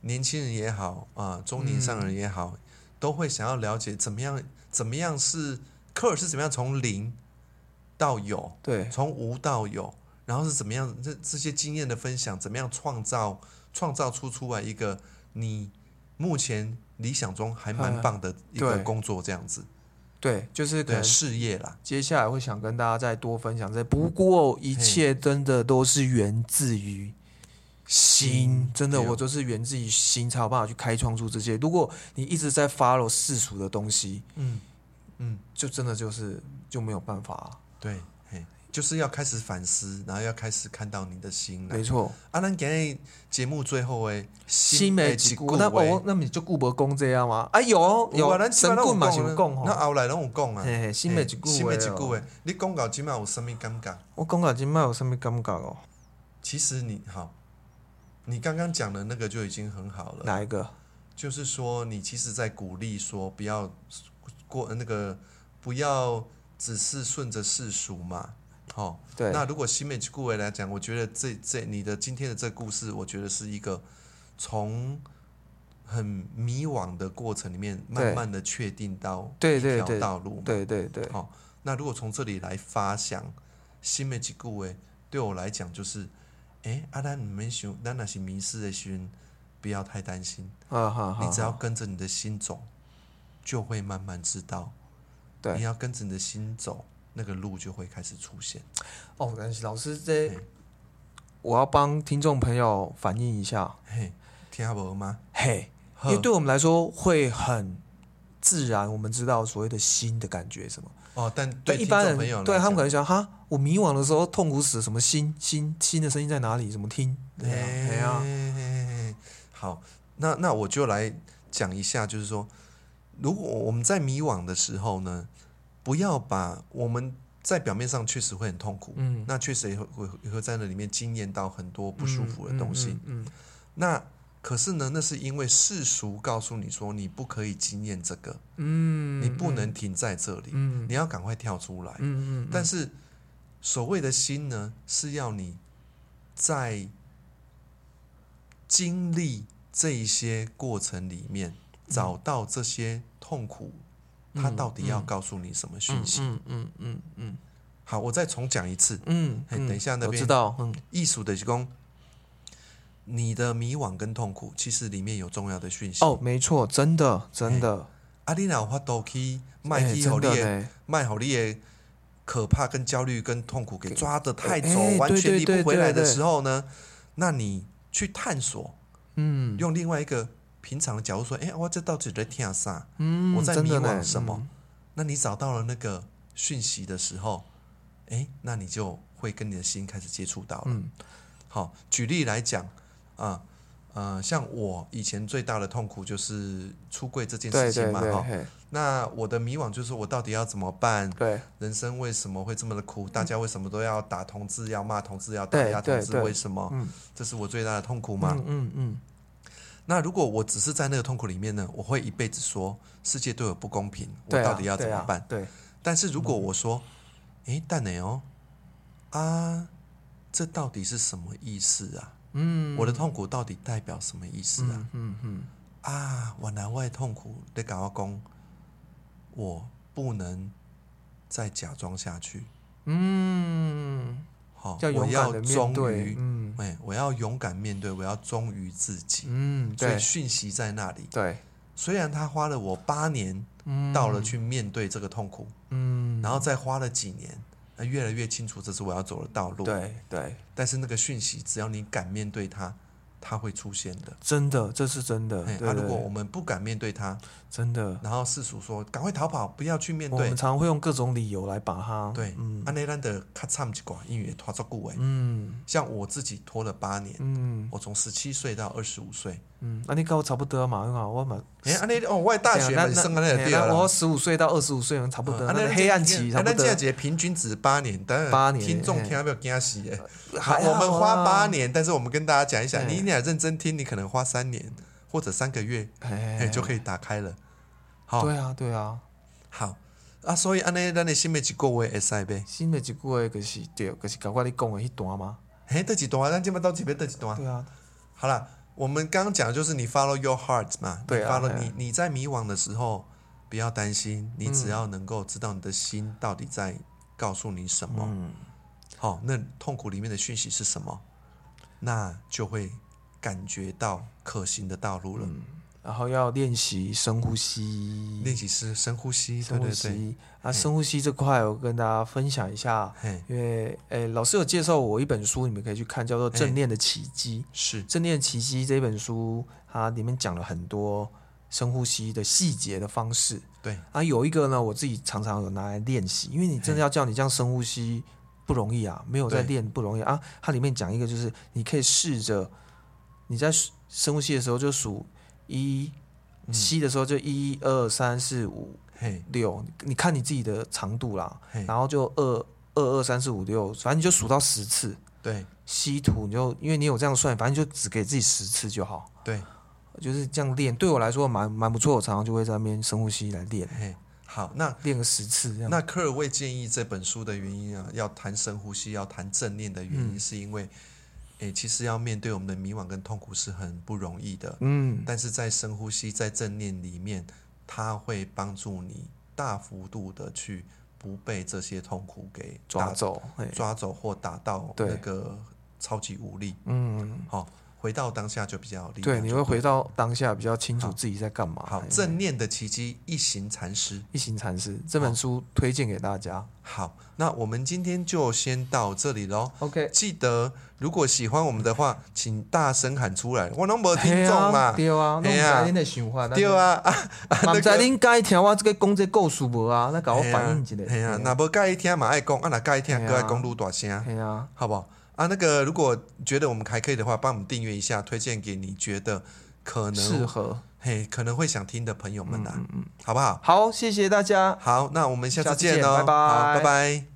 年轻人也好啊、中年上嗯人也好，都会想要了解怎么样，怎么样是科尔是怎么样从零到有，对，从无到有，然后是怎么样这这些经验的分享，怎么样创造创造出出来一个你目前理想中还蛮嗯棒的一个对工作这样子，对，就是可对能事业啦，接下来会想跟大家再多分享这，不过一切真的都是源自于心，真的对哦我就是源自于心才有办法去开创出这些。如果你一直在 follow 世俗的东西，嗯嗯。就真的就是就没有办法啊、对，嘿，就是要开始反思，然后要开始看到你的心了没。错，啊，咱今日节目最后诶，心没几几顾，那我那么你就顾伯公这样吗？哎有哦有啊，有，咱现神在棍嘛拢有是讲共啊吼那，后来拢有讲啊，嘿嘿，心没几顾，哦心没一句诶，你讲到今麦有什么感觉？我讲到今麦有什么感觉哦？其实你好，你刚刚讲的那个就已经很好了，哪一个？就是说你其实在鼓励说不要过那个，不要只是顺着世俗嘛，好、对，那如果西美吉顾维来讲，我觉得这这你的今天的这个故事，我觉得是一个从很迷惘的过程里面，慢慢的确定到对一对条对道路嘛。对对对，好、那如果从这里来发想，西美吉顾维对我来讲就是，诶，阿丹你们想，咱那些迷失的心，不要太担心，啊哈哈，你只要跟着你的心走，就会慢慢知道。对你要跟着你的心走，那个路就会开始出现。哦，但是老师这嘿，我要帮听众朋友反映一下，嘿，听下无吗？嘿，呵因为对我们来说会很自然，我们知道所谓的心的感觉是什么。哦，但对一般听众朋友来人对他们讲可能想哈，我迷惘的时候痛苦死了，什么心心心的声音在哪里？怎么听？对啊，对啊，哎好，那那我就来讲一下，就是说，如果我们在迷惘的时候呢，不要把我们在表面上确实会很痛苦，嗯，那确实也会会也会在那里面经验到很多不舒服的东西。嗯，嗯嗯那可是呢，那是因为世俗告诉你说你不可以经验这个，嗯，你不能停在这里，嗯，你要赶快跳出来。嗯嗯嗯，但是所谓的心呢，是要你在经历这一些过程里嗯面，找到这些痛苦，它到底要告诉你什么讯息？嗯嗯嗯嗯好，我再重讲一次，嗯，嘿等一下那边我知道，嗯，艺术的功，你的迷惘跟痛苦，其实里面有重要的讯息。哦，没错，真的真的，阿丽娜有法度去卖哎，去好真你的的嘞，卖好你的可怕跟焦虑跟痛苦给抓得太走，哎完全对对离不回来的对对时候呢，那你去探索，嗯用另外一个平常的角度说，哎，我这到底在听啥？嗯，我在真的迷惘嘞什么嗯那你找到了那个讯息的时候，哎，那你就会跟你的心开始接触到了。嗯好，举例来讲，啊、呃，像我以前最大的痛苦就是出柜这件对事对情嘛，嗯对哈。嘿那我的迷惘就是我到底要怎么办？对人生为什么会这么的苦？大家为什么都要打同志，要骂同志，要打压对同对志？对为什么？嗯这是我最大的痛苦嘛。嗯嗯嗯，那如果我只是在那个痛苦里面呢，我会一辈子说世界对我不公平，我对啊到底要怎对么啊办？对，但是如果我说，诶，蛋奶哦，啊，这到底是什么意思啊？嗯，我的痛苦到底代表什么意思啊？嗯嗯嗯，啊，我难外痛苦得搞我讲，我不能再假装下去，嗯，好、要哦我勇敢要的面忠对，于，嗯哎、我要勇敢面对，我要忠于自己。嗯，所以对讯息在那里，对，虽然他花了我八年嗯，到了去面对这个痛苦，嗯，然后再花了几年，那越来越清楚这是我要走的道路。对对，但是那个讯息，只要你敢面对它，它会出现的。真的，这是真的，哎，嗯对啊，如果对我们不敢面对它，真的，然后世俗说赶快逃跑，不要去面我对们，常会用各种理由来把它，对，嗯安内兰的咔嚓几寡，因为拖着顾尾。嗯像我自己拖了八年，嗯我从十七岁到二十五岁，嗯，那你跟我差不多嘛，因为我嘛，哎，安内哦，我的大学啊嘛那是那哎算安内的对了嘿那我啦。十五岁到二十五岁嘛差不多，啊那那黑暗期差不那这多样，子平均值八年，但八年听众嘿听不要惊死哎。还好我们花啦八，年，但是我们跟大家讲一下，嘿你俩认真听，你可能花三年或者三个月，哎，哎，就可以打开了。好，对啊对啊，好啊，所以安尼咱的新的一个月会使呗。新的一句话就是对，就是搞我你讲的迄段嘛，嘿，这一段咱今麦到几边这一段？对啊，好啦，我们刚刚讲的就是你 follow your heart 嘛，对啊你，follow 嘿你你在迷惘的时候，不要担心，你嗯只要能够知道你的心到底在告诉你什么，嗯，好、那痛苦里面的讯息是什么，那就会感觉到可行的道路了。嗯然后要练习深呼吸，练习是深呼吸，深对呼对对，吸啊，深呼吸这块我跟大家分享一下，嘿，因为诶老师有介绍我一本书，你们可以去看，叫做《正念的奇迹》。是《正念奇迹》这本书，它里面讲了很多深呼吸的细节的方式。对，啊，有一个呢，我自己常常有拿来练习，因为你真的要叫你这样深呼吸不容易啊，没有在对练不容易啊。它里面讲一个就是，你可以试着你在数深呼吸的时候就数一，嗯吸的时候就一二三四五嘿，六，你看你自己的长度啦嘿，然后就二二二三四五六，反正你就数到十次。对吸吐，你就因为你有这样算，反正就只给自己十次就好，对，就是这样练。对我来说蛮蛮不错，我常常就会在那边深呼吸来练，嘿，好，那练个十次这样。那科尔未建议这本书的原因啊，要谈深呼吸，要谈正念的原嗯因，是因为，诶、其实要面对我们的迷惘跟痛苦是很不容易的，嗯，但是在深呼吸、在正念里面，它会帮助你大幅度的去不被这些痛苦给抓打走，哎嘿抓走或打到对那个超级无力，嗯，好、回到当啊下就比较有力量。对，你会回到当下，比较清楚好自己在干嘛。好，嘿正念的奇迹一行禅师。一行禅师这本书推荐给大家。好，那我们今天就先到这里喽。 OK，记得，如果喜欢我们的话，请大声喊出来。我拢无嘿听啊众嘛，对啊，嘿那啊唔知恁的想法，对，啊，啊，嘛唔知恁该听我这个讲这故事无啊？那搞我嘿啊反应一下。嘿啊，嘿那无介意听嘛爱讲，啊那介意听嘿啊哥爱讲愈大声，嘿啊，好不好？啊，那个如果觉得我们还可以的话，帮我们订阅一下，推荐给你觉得可适能合。嘿可能会想听嗯的朋友们呐、好不好？好，谢谢大家。好，那我们下次下次见见哦，拜拜好拜拜。